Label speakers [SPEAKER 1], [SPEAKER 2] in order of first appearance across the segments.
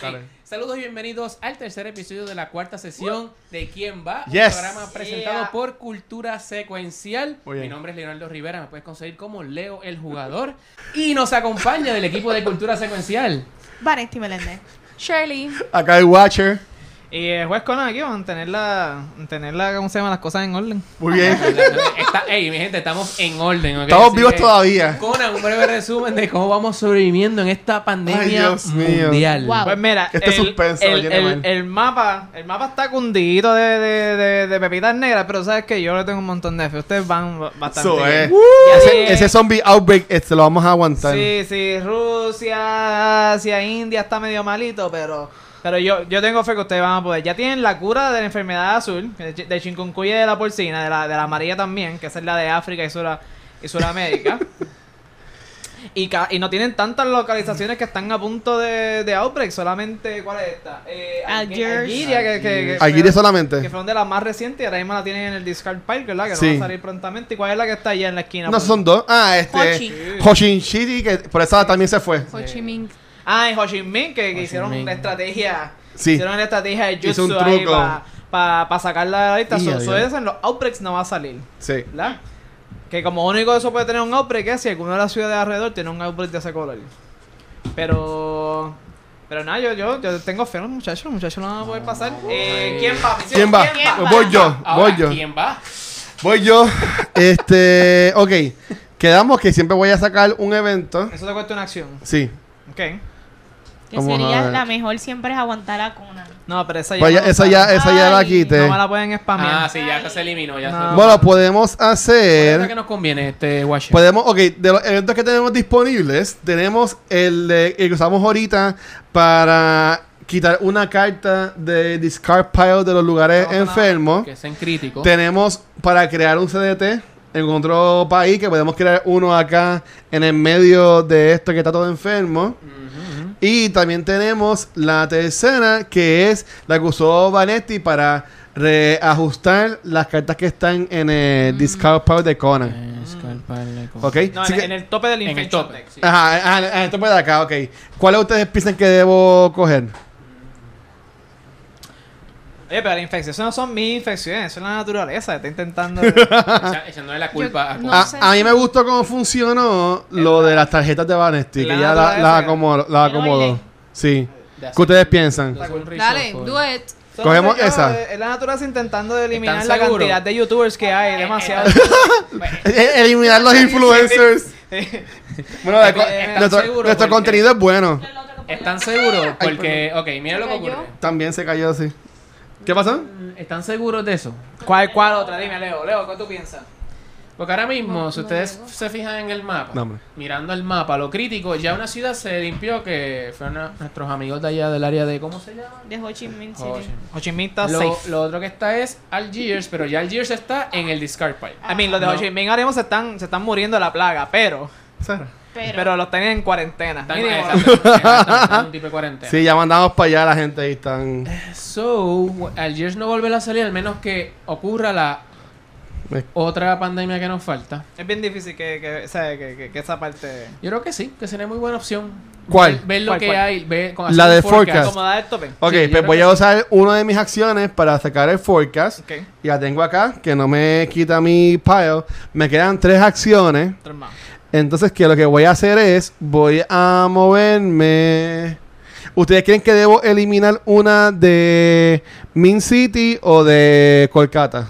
[SPEAKER 1] Dale.
[SPEAKER 2] Saludos y bienvenidos al tercer episodio de la cuarta sesión de ¿Quién va? Un
[SPEAKER 1] Yes.
[SPEAKER 2] programa presentado
[SPEAKER 3] Yeah.
[SPEAKER 2] por Cultura Secuencial.
[SPEAKER 1] Muy bien.
[SPEAKER 2] Mi nombre es Leonardo Rivera, me puedes conseguir como Leo el Jugador. Y nos acompaña del equipo de Cultura Secuencial.
[SPEAKER 3] Vanetti Meléndez.
[SPEAKER 4] Shirley.
[SPEAKER 1] Acá hay Watcher.
[SPEAKER 5] Y el juez Conan aquí va a mantener la, mantener la, ¿cómo se llama? Las cosas en orden.
[SPEAKER 1] Muy bien.
[SPEAKER 2] Está, ey, mi gente, estamos en orden. ¿ok?
[SPEAKER 1] Estamos
[SPEAKER 2] Así
[SPEAKER 1] vivos
[SPEAKER 2] que,
[SPEAKER 1] todavía.
[SPEAKER 2] Conan, un breve resumen de cómo vamos sobreviviendo en esta
[SPEAKER 1] Ay,
[SPEAKER 2] pandemia
[SPEAKER 1] Dios mío.
[SPEAKER 2] mundial.
[SPEAKER 3] Wow.
[SPEAKER 5] Pues mira,
[SPEAKER 1] Este
[SPEAKER 5] el,
[SPEAKER 1] suspenso lo
[SPEAKER 5] el,
[SPEAKER 1] llena
[SPEAKER 5] el-
[SPEAKER 1] mal.
[SPEAKER 5] el mapa, el mapa está cundidito de, de, de, de pepitas negras, pero sabes que yo le tengo un montón de fe. Ustedes van ba- bastante.
[SPEAKER 1] Eso es.
[SPEAKER 5] bien. Y así
[SPEAKER 1] Ese,
[SPEAKER 5] es.
[SPEAKER 1] ese zombie outbreak este, lo vamos a aguantar.
[SPEAKER 5] Sí, sí, Rusia, Asia, India está medio malito, pero pero yo, yo tengo fe que ustedes van a poder. Ya tienen la cura de la enfermedad azul, de, chi- de chikungunya y de la porcina, de la, de la amarilla también, que esa es la de África y, Sura- y Sudamérica. y, ca- y no tienen tantas localizaciones que están a punto de, de outbreak, solamente, ¿cuál es esta? Eh, Algi-
[SPEAKER 3] Algiers.
[SPEAKER 5] Algiria, que, que, que-
[SPEAKER 1] Aguirre
[SPEAKER 5] que
[SPEAKER 1] solamente.
[SPEAKER 5] fue de las más recientes y ahora mismo la tienen en el discard pile, ¿verdad? Que
[SPEAKER 1] Sí.
[SPEAKER 5] no va a salir prontamente. ¿Y cuál es la que está allá en la esquina?
[SPEAKER 1] No,
[SPEAKER 5] por-
[SPEAKER 1] son dos. Ah, este.
[SPEAKER 5] Hochi.
[SPEAKER 1] Ho Chi City, que por esa también se fue.
[SPEAKER 4] Ho Chi Minh.
[SPEAKER 5] Ah, en Ho Chi Minh, que, que
[SPEAKER 2] Chi
[SPEAKER 5] hicieron
[SPEAKER 2] Minh.
[SPEAKER 5] una estrategia.
[SPEAKER 1] Sí.
[SPEAKER 5] Hicieron una estrategia de
[SPEAKER 1] Hizo
[SPEAKER 5] Jutsu
[SPEAKER 1] un
[SPEAKER 5] ahí
[SPEAKER 1] truco.
[SPEAKER 5] para sacarla de la lista.
[SPEAKER 1] Y
[SPEAKER 5] So-
[SPEAKER 1] adiós.
[SPEAKER 5] so eso en los outbreaks no va a salir,
[SPEAKER 1] Sí.
[SPEAKER 5] ¿verdad? Que como único eso puede tener un outbreak es si alguna de las ciudades alrededor tiene un outbreak de ese color. Pero. Pero nada, yo, yo, yo tengo fe en los muchachos, los muchachos no van a poder pasar. Eh, ¿Quién va? Misión,
[SPEAKER 1] ¿Quién va? Voy yo, voy
[SPEAKER 2] Ahora,
[SPEAKER 1] yo.
[SPEAKER 2] ¿quién va?
[SPEAKER 1] Voy yo. Este. Ok. Quedamos que siempre voy a sacar un evento.
[SPEAKER 5] Eso te cuesta una acción.
[SPEAKER 1] Sí.
[SPEAKER 5] Ok.
[SPEAKER 3] Que
[SPEAKER 1] Vamos a
[SPEAKER 3] sería
[SPEAKER 1] ver.
[SPEAKER 3] la mejor siempre es aguantar a Cuna.
[SPEAKER 5] No, pero esa ya.
[SPEAKER 1] Pues ya-
[SPEAKER 5] no la
[SPEAKER 1] esa
[SPEAKER 5] usaron.
[SPEAKER 1] ya, esa ya la
[SPEAKER 3] Ay,
[SPEAKER 1] quité.
[SPEAKER 5] No me la pueden spamear.
[SPEAKER 2] Ah, sí, ya se eliminó. Ya
[SPEAKER 5] No.
[SPEAKER 2] se...
[SPEAKER 1] Bueno, podemos
[SPEAKER 2] ¿Cuál es la que
[SPEAKER 1] hacer.
[SPEAKER 2] nos conviene este Watcher?
[SPEAKER 1] Podemos, ok, de los eventos que tenemos disponibles, tenemos el, de- el que usamos ahorita para quitar una carta de discard pile de los lugares
[SPEAKER 5] Vamos a la-
[SPEAKER 1] enfermos.
[SPEAKER 2] que sean críticos.
[SPEAKER 1] Tenemos para crear un CDT en otro país, que podemos crear uno acá en el medio de esto que está todo enfermo. Y también tenemos la tercera, que es la que usó Vanetti para reajustar las cartas que están en
[SPEAKER 5] Mm.
[SPEAKER 1] el Discard Power de Conan. ¿Ok?
[SPEAKER 5] No,
[SPEAKER 1] Así
[SPEAKER 5] en,
[SPEAKER 1] que-
[SPEAKER 5] en el pues. tope del
[SPEAKER 2] En el
[SPEAKER 5] Infection
[SPEAKER 2] tope.
[SPEAKER 5] Deck, sí.
[SPEAKER 1] Ajá, ajá, ajá, esto puede acá, ok. ¿Cuáles ustedes piensan que debo coger?
[SPEAKER 5] Oye, pero la infección, eso no son mis infecciones, eso es la naturaleza, está intentando...
[SPEAKER 2] Echa- Echándole la culpa
[SPEAKER 4] Yo-
[SPEAKER 2] a
[SPEAKER 4] no.
[SPEAKER 1] a,
[SPEAKER 4] sé.
[SPEAKER 1] Ah, a mí me gustó cómo funcionó lo de las tarjetas de Vanetti, que
[SPEAKER 5] La
[SPEAKER 1] ya las
[SPEAKER 5] naturaleza.
[SPEAKER 1] acomodo. la
[SPEAKER 3] El
[SPEAKER 1] acomodo.
[SPEAKER 3] baile.
[SPEAKER 1] Sí.
[SPEAKER 2] de hacer-
[SPEAKER 1] ¿Qué ustedes piensan?
[SPEAKER 2] de hacer un
[SPEAKER 4] Dale,
[SPEAKER 2] reshuffle.
[SPEAKER 4] do it.
[SPEAKER 5] Eso
[SPEAKER 1] Cogemos
[SPEAKER 5] no sé yo,
[SPEAKER 1] esa.
[SPEAKER 5] eh, Es la naturaleza intentando de eliminar
[SPEAKER 2] ¿Están
[SPEAKER 5] la
[SPEAKER 2] seguros?
[SPEAKER 5] cantidad de youtubers que hay, demasiado.
[SPEAKER 2] Eh,
[SPEAKER 1] E- Eliminar los influencers.
[SPEAKER 5] eh.
[SPEAKER 1] Bueno, la co-
[SPEAKER 5] ¿Están
[SPEAKER 1] nuestro,
[SPEAKER 2] seguros?
[SPEAKER 1] nuestro
[SPEAKER 2] Porque-
[SPEAKER 1] contenido es bueno.
[SPEAKER 2] ¿Están seguros?
[SPEAKER 1] Ay,
[SPEAKER 2] Porque, ok, mira lo que
[SPEAKER 4] ¿Se cayó?
[SPEAKER 2] ocurre.
[SPEAKER 1] También se cayó así. ¿Qué pasó?
[SPEAKER 2] ¿Están seguros de eso?
[SPEAKER 5] ¿Cuál, cuál otra? Dime, Leo, Leo, ¿qué tú piensas?
[SPEAKER 2] Porque ahora mismo,
[SPEAKER 4] No,
[SPEAKER 2] si
[SPEAKER 4] no
[SPEAKER 2] ustedes
[SPEAKER 4] llegó.
[SPEAKER 2] se fijan en el mapa,
[SPEAKER 1] No, hombre.
[SPEAKER 2] mirando el mapa, lo crítico, ya una ciudad se limpió que fueron a- nuestros amigos de allá del área de, ¿cómo se llama?
[SPEAKER 3] De Ho Chi Minh City.
[SPEAKER 2] Oye.
[SPEAKER 5] Ho Chi Minh está
[SPEAKER 2] Lo,
[SPEAKER 5] safe.
[SPEAKER 2] lo otro que está es Algiers, pero ya Algiers está en el discard pile.
[SPEAKER 5] I mean, los de Ho
[SPEAKER 2] Ah, No.
[SPEAKER 5] Chi Minh ahora mismo se están, se están muriendo de la plaga, pero...
[SPEAKER 3] Pero,
[SPEAKER 5] Pero, los tienen en cuarentena.
[SPEAKER 2] Están,
[SPEAKER 5] mínimo.
[SPEAKER 2] exacto, están en un tipo de cuarentena.
[SPEAKER 1] Sí, ya mandamos para allá la gente ahí están
[SPEAKER 2] So, Algiers no volverá a salir al menos que ocurra la
[SPEAKER 1] Eh.
[SPEAKER 2] otra pandemia que nos falta.
[SPEAKER 5] Es bien difícil que, que, o sea, que, que- que esa parte...
[SPEAKER 2] Yo creo que sí, que sería muy buena opción.
[SPEAKER 1] ¿Cuál?
[SPEAKER 2] Ver, ver lo
[SPEAKER 5] ¿Cuál,
[SPEAKER 2] que
[SPEAKER 5] cuál?
[SPEAKER 2] hay. ver- con-
[SPEAKER 1] La
[SPEAKER 2] hacer un
[SPEAKER 1] de forecast.
[SPEAKER 5] Como da el tope.
[SPEAKER 1] Ok,
[SPEAKER 2] yo
[SPEAKER 1] pues
[SPEAKER 2] creo
[SPEAKER 1] voy
[SPEAKER 2] que
[SPEAKER 1] a
[SPEAKER 2] sí.
[SPEAKER 1] usar una de mis acciones para sacar el forecast.
[SPEAKER 5] Ok,
[SPEAKER 1] Y la tengo acá, que no me quita mi pile. Me quedan tres acciones.
[SPEAKER 5] tres más.
[SPEAKER 1] Entonces, que lo que voy a hacer es, voy a moverme. ¿Ustedes creen que debo eliminar una de Min City o de Kolkata?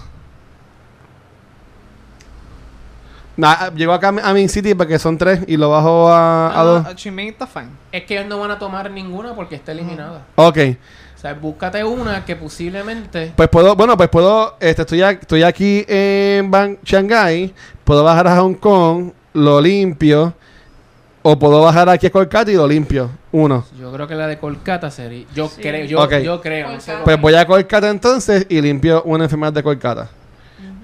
[SPEAKER 1] Nah, llego acá a Min- a Min City porque son tres y lo bajo a, a
[SPEAKER 5] No,
[SPEAKER 1] dos.
[SPEAKER 5] no, Ho Chi Minh Ah, está fine.
[SPEAKER 2] Es que ellos no van a tomar ninguna porque está eliminada.
[SPEAKER 1] Ok,
[SPEAKER 2] O sea, búscate una que posiblemente.
[SPEAKER 1] pues puedo, bueno, pues puedo, este, estoy, a- estoy aquí en Ban- Shanghai, puedo bajar a Hong Kong, lo limpio, o puedo bajar aquí a Kolkata y lo limpio, uno.
[SPEAKER 2] Yo creo que la de Kolkata sería. Yo creo, yo,
[SPEAKER 1] Ok.
[SPEAKER 2] yo creo. no sé
[SPEAKER 4] Kolkata.
[SPEAKER 2] por
[SPEAKER 1] Pues
[SPEAKER 2] qué.
[SPEAKER 1] voy a Kolkata entonces y limpio una enfermedad de Kolkata.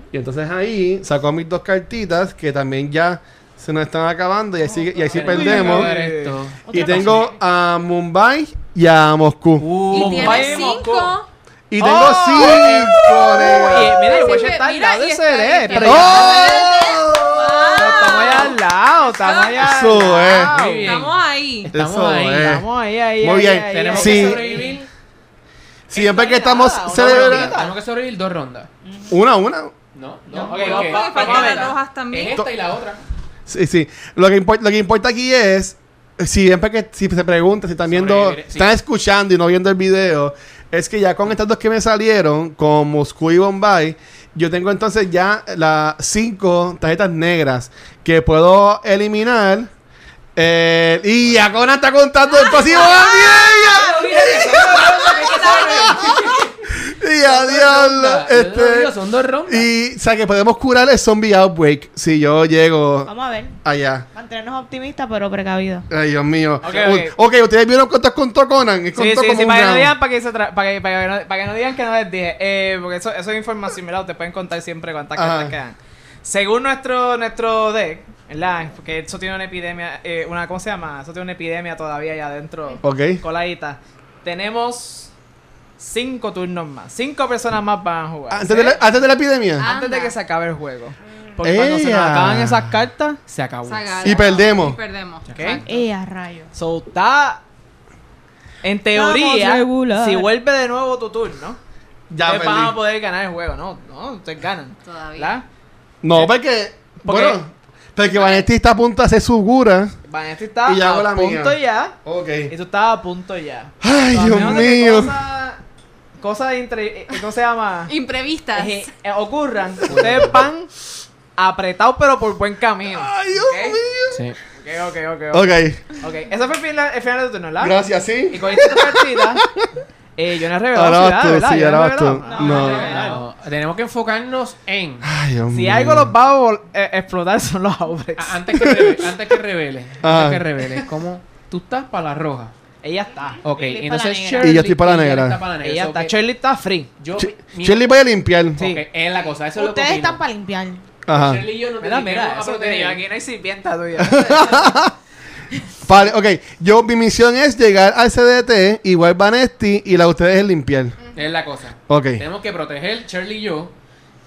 [SPEAKER 1] Y entonces ahí saco mis dos cartitas que también ya se nos están acabando y ahí sí, y ahí sí
[SPEAKER 2] Tenemos que
[SPEAKER 1] perdemos.
[SPEAKER 2] acabar esto.
[SPEAKER 1] Y tengo a Mumbai y a Moscú.
[SPEAKER 4] Y
[SPEAKER 5] Uh,
[SPEAKER 4] tiene
[SPEAKER 5] vaya moco.
[SPEAKER 4] cinco.
[SPEAKER 1] Y tengo cinco, nena.
[SPEAKER 5] Oye, mira,
[SPEAKER 4] Así
[SPEAKER 5] el güey
[SPEAKER 4] que,
[SPEAKER 5] está al
[SPEAKER 4] mira,
[SPEAKER 5] lado
[SPEAKER 4] y
[SPEAKER 5] de
[SPEAKER 4] está-
[SPEAKER 5] CD.
[SPEAKER 4] está-
[SPEAKER 5] pero
[SPEAKER 1] ¡Oh!
[SPEAKER 5] Estamos allá al lado, estamos ya.
[SPEAKER 1] Eso es.
[SPEAKER 5] Wow.
[SPEAKER 2] Muy bien.
[SPEAKER 3] Estamos ahí.
[SPEAKER 2] Estamos
[SPEAKER 1] Eso
[SPEAKER 2] ahí.
[SPEAKER 1] es.
[SPEAKER 5] Estamos ahí, ahí.
[SPEAKER 1] Muy
[SPEAKER 5] ahí,
[SPEAKER 1] bien.
[SPEAKER 5] ahí,
[SPEAKER 2] Tenemos
[SPEAKER 5] ahí.
[SPEAKER 1] Sí.
[SPEAKER 2] que sobrevivir.
[SPEAKER 1] Siempre que
[SPEAKER 5] no hay
[SPEAKER 1] estamos
[SPEAKER 5] nada, una
[SPEAKER 2] Mira,
[SPEAKER 1] celebrando.
[SPEAKER 5] ronda.
[SPEAKER 2] Tenemos que sobrevivir dos rondas.
[SPEAKER 1] Una, una.
[SPEAKER 2] No,
[SPEAKER 3] No,
[SPEAKER 2] no.
[SPEAKER 5] ok, vamos
[SPEAKER 2] porque-
[SPEAKER 5] pa- porque
[SPEAKER 2] vamos a
[SPEAKER 5] faltan
[SPEAKER 2] ver.
[SPEAKER 5] las
[SPEAKER 3] rojas también.
[SPEAKER 2] Es esta y la otra.
[SPEAKER 1] Sí, sí. Lo que, impor- lo que importa aquí es, siempre que si se pregunta, si están viendo,
[SPEAKER 2] Sobrevivir, sí.
[SPEAKER 1] están escuchando y no viendo el video, es que ya con estas dos que me salieron, con Moscú y Bombay, yo tengo entonces ya las cinco tarjetas negras que puedo eliminar. Eh, y Acona está contando el pasivo también. Y a diablo.
[SPEAKER 2] Ronda. Yo te lo digo,
[SPEAKER 1] Este,
[SPEAKER 2] Son dos rondas.
[SPEAKER 1] y, o sea, que podemos curar el zombie outbreak si yo llego
[SPEAKER 3] Vamos a ver.
[SPEAKER 1] allá.
[SPEAKER 3] Mantenernos optimistas, pero precavidos.
[SPEAKER 1] Ay, Dios mío.
[SPEAKER 5] Ok,
[SPEAKER 1] U-
[SPEAKER 5] ok.
[SPEAKER 1] ok, ustedes vieron cuántas contó Conan. Es
[SPEAKER 5] Sí,
[SPEAKER 1] contó
[SPEAKER 5] sí,
[SPEAKER 1] como
[SPEAKER 5] sí,
[SPEAKER 1] un
[SPEAKER 5] para que, no
[SPEAKER 1] round.
[SPEAKER 5] digan, para, que, para, que, para, que no, para que no digan que no les dije. Eh, porque eso, eso es información, mira, te pueden contar siempre cuántas
[SPEAKER 1] Ajá.
[SPEAKER 5] cartas quedan. Según nuestro, nuestro deck, ¿verdad? Porque eso tiene una epidemia, eh, una, ¿cómo se llama? Eso tiene una epidemia todavía allá adentro,
[SPEAKER 1] Ok.
[SPEAKER 5] coladita. Tenemos cinco turnos más, cinco personas más van a jugar.
[SPEAKER 1] Antes de, la,
[SPEAKER 5] ¿sí?
[SPEAKER 1] antes de la epidemia.
[SPEAKER 5] Antes de
[SPEAKER 4] Anda.
[SPEAKER 5] que se acabe el juego. Porque cuando se nos
[SPEAKER 1] Ella.
[SPEAKER 5] acaban esas cartas,
[SPEAKER 2] Se acabó.
[SPEAKER 4] Sagala.
[SPEAKER 1] Y perdemos.
[SPEAKER 4] Y perdemos.
[SPEAKER 5] Ok.
[SPEAKER 4] Exacto.
[SPEAKER 3] ¡Eh, a rayos!
[SPEAKER 5] So, está. En teoría,
[SPEAKER 3] Vamos, regular.
[SPEAKER 5] si vuelve de nuevo tu turno,
[SPEAKER 1] Ya
[SPEAKER 5] ustedes van a
[SPEAKER 1] perdí.
[SPEAKER 5] poder ganar el juego. No, no, ustedes ganan.
[SPEAKER 4] Todavía.
[SPEAKER 5] ¿Verdad?
[SPEAKER 1] No, porque.
[SPEAKER 5] Porque-
[SPEAKER 1] Bueno, porque Vanetti está a punto de hacer su gura.
[SPEAKER 5] Vanetti está
[SPEAKER 1] Y yo hago
[SPEAKER 5] a
[SPEAKER 1] la mía.
[SPEAKER 5] punto ya.
[SPEAKER 1] Ok.
[SPEAKER 5] Y tú estabas a punto ya.
[SPEAKER 1] Ay,
[SPEAKER 5] So, a
[SPEAKER 1] Dios
[SPEAKER 5] menos de que
[SPEAKER 1] mío.
[SPEAKER 5] Cosas cosa entre. eh, ¿Cómo se llama?
[SPEAKER 4] Imprevistas.
[SPEAKER 5] Eh, eh, ocurran. Ustedes van apretados, pero por buen camino.
[SPEAKER 1] Ay, Dios
[SPEAKER 5] Ok.
[SPEAKER 1] mío.
[SPEAKER 2] Sí.
[SPEAKER 5] Ok, ok, ok. Ok,
[SPEAKER 1] Ok.
[SPEAKER 5] okay. Ese fue el final, el final de tu turno, ¿verdad?
[SPEAKER 1] Gracias,
[SPEAKER 5] Y
[SPEAKER 1] sí.
[SPEAKER 5] con esta partida, eh, yo no he revelado
[SPEAKER 1] Ahora vas
[SPEAKER 5] ciudad,
[SPEAKER 1] tú,
[SPEAKER 5] ¿verdad?
[SPEAKER 1] sí,
[SPEAKER 5] Yo no he
[SPEAKER 1] ahora vas tú.
[SPEAKER 5] revelado.
[SPEAKER 1] No.
[SPEAKER 5] he revelado.
[SPEAKER 2] No, Tenemos que enfocarnos en.
[SPEAKER 1] Ay, Dios mío.
[SPEAKER 5] Si algo los va a vol- eh, explotar son los outbreaks.
[SPEAKER 2] a- Antes que revele. Antes que revele.
[SPEAKER 1] Ah.
[SPEAKER 2] Antes que revele. ¿Cómo? Tú estás para la roja.
[SPEAKER 5] ah. Ella está.
[SPEAKER 2] Ok,
[SPEAKER 3] Él es
[SPEAKER 2] entonces
[SPEAKER 3] pa' la negra.
[SPEAKER 2] Shirley-
[SPEAKER 1] Y yo estoy pa' la negra.
[SPEAKER 2] Ella está pa' la negra,
[SPEAKER 5] Ella
[SPEAKER 2] so
[SPEAKER 5] está.
[SPEAKER 2] que
[SPEAKER 5] Shirley está free.
[SPEAKER 2] Yo,
[SPEAKER 1] Ch-
[SPEAKER 2] mi-
[SPEAKER 1] Shirley voy a limpiar.
[SPEAKER 5] Sí.
[SPEAKER 2] ok, es la cosa, eso es lo que
[SPEAKER 3] Ustedes
[SPEAKER 2] opino.
[SPEAKER 3] están para limpiar.
[SPEAKER 1] Ajá.
[SPEAKER 2] Shirley y yo no
[SPEAKER 5] Mira,
[SPEAKER 2] tenemos
[SPEAKER 5] mira,
[SPEAKER 2] a
[SPEAKER 5] eso te
[SPEAKER 2] proteger.
[SPEAKER 5] digo, aquí no hay sirvienta tuya.
[SPEAKER 1] Vale, ok. Yo, mi misión es llegar al CDT, igual Vanetti, y la de ustedes es limpiar.
[SPEAKER 2] Es la cosa.
[SPEAKER 1] Ok.
[SPEAKER 2] Tenemos que proteger Shirley y yo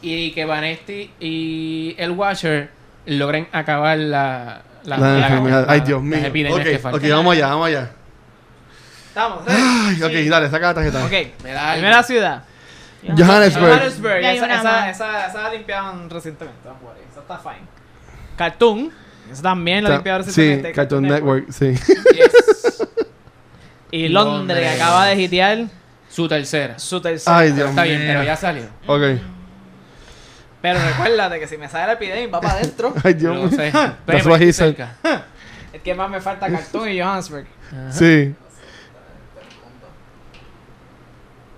[SPEAKER 2] y que Vanesti y el Watcher logren acabar la,
[SPEAKER 1] La, enfermedad. Ay, Dios mío.
[SPEAKER 2] Las epidemias que
[SPEAKER 1] Ok,
[SPEAKER 2] faltan.
[SPEAKER 1] ok, vamos allá, vamos allá.
[SPEAKER 5] Estamos,
[SPEAKER 1] Ay, ok, dale, saca la tarjeta.
[SPEAKER 5] ¿eh? Ok.
[SPEAKER 2] Me da algo.
[SPEAKER 5] Primera ciudad.
[SPEAKER 1] Johannesburg.
[SPEAKER 5] Johannesburg.
[SPEAKER 3] Ya hay
[SPEAKER 5] Esa,
[SPEAKER 3] una
[SPEAKER 5] esa,
[SPEAKER 3] más.
[SPEAKER 5] esa, esa la limpiaron recientemente. don't worry, Esa está fine. Cartoon. Esa también la limpiaron
[SPEAKER 1] Sí,
[SPEAKER 5] recientemente.
[SPEAKER 1] Cartoon Network, sí.
[SPEAKER 5] Yes. Y Londres,
[SPEAKER 2] Londres.
[SPEAKER 5] acaba de hitear
[SPEAKER 2] Su tercera.
[SPEAKER 5] su tercera.
[SPEAKER 1] Ay, Dios
[SPEAKER 2] Está
[SPEAKER 1] mío.
[SPEAKER 2] bien, pero ya salió.
[SPEAKER 1] Ok.
[SPEAKER 5] Pero recuérdate que si me sale la epidemia, va para adentro.
[SPEAKER 1] Ay, Dios
[SPEAKER 2] Lo
[SPEAKER 1] mío.
[SPEAKER 2] sé. Pero
[SPEAKER 1] That's what he said.
[SPEAKER 2] cerca.
[SPEAKER 5] Es que más me falta Cartoon y Johannesburg.
[SPEAKER 1] Sí.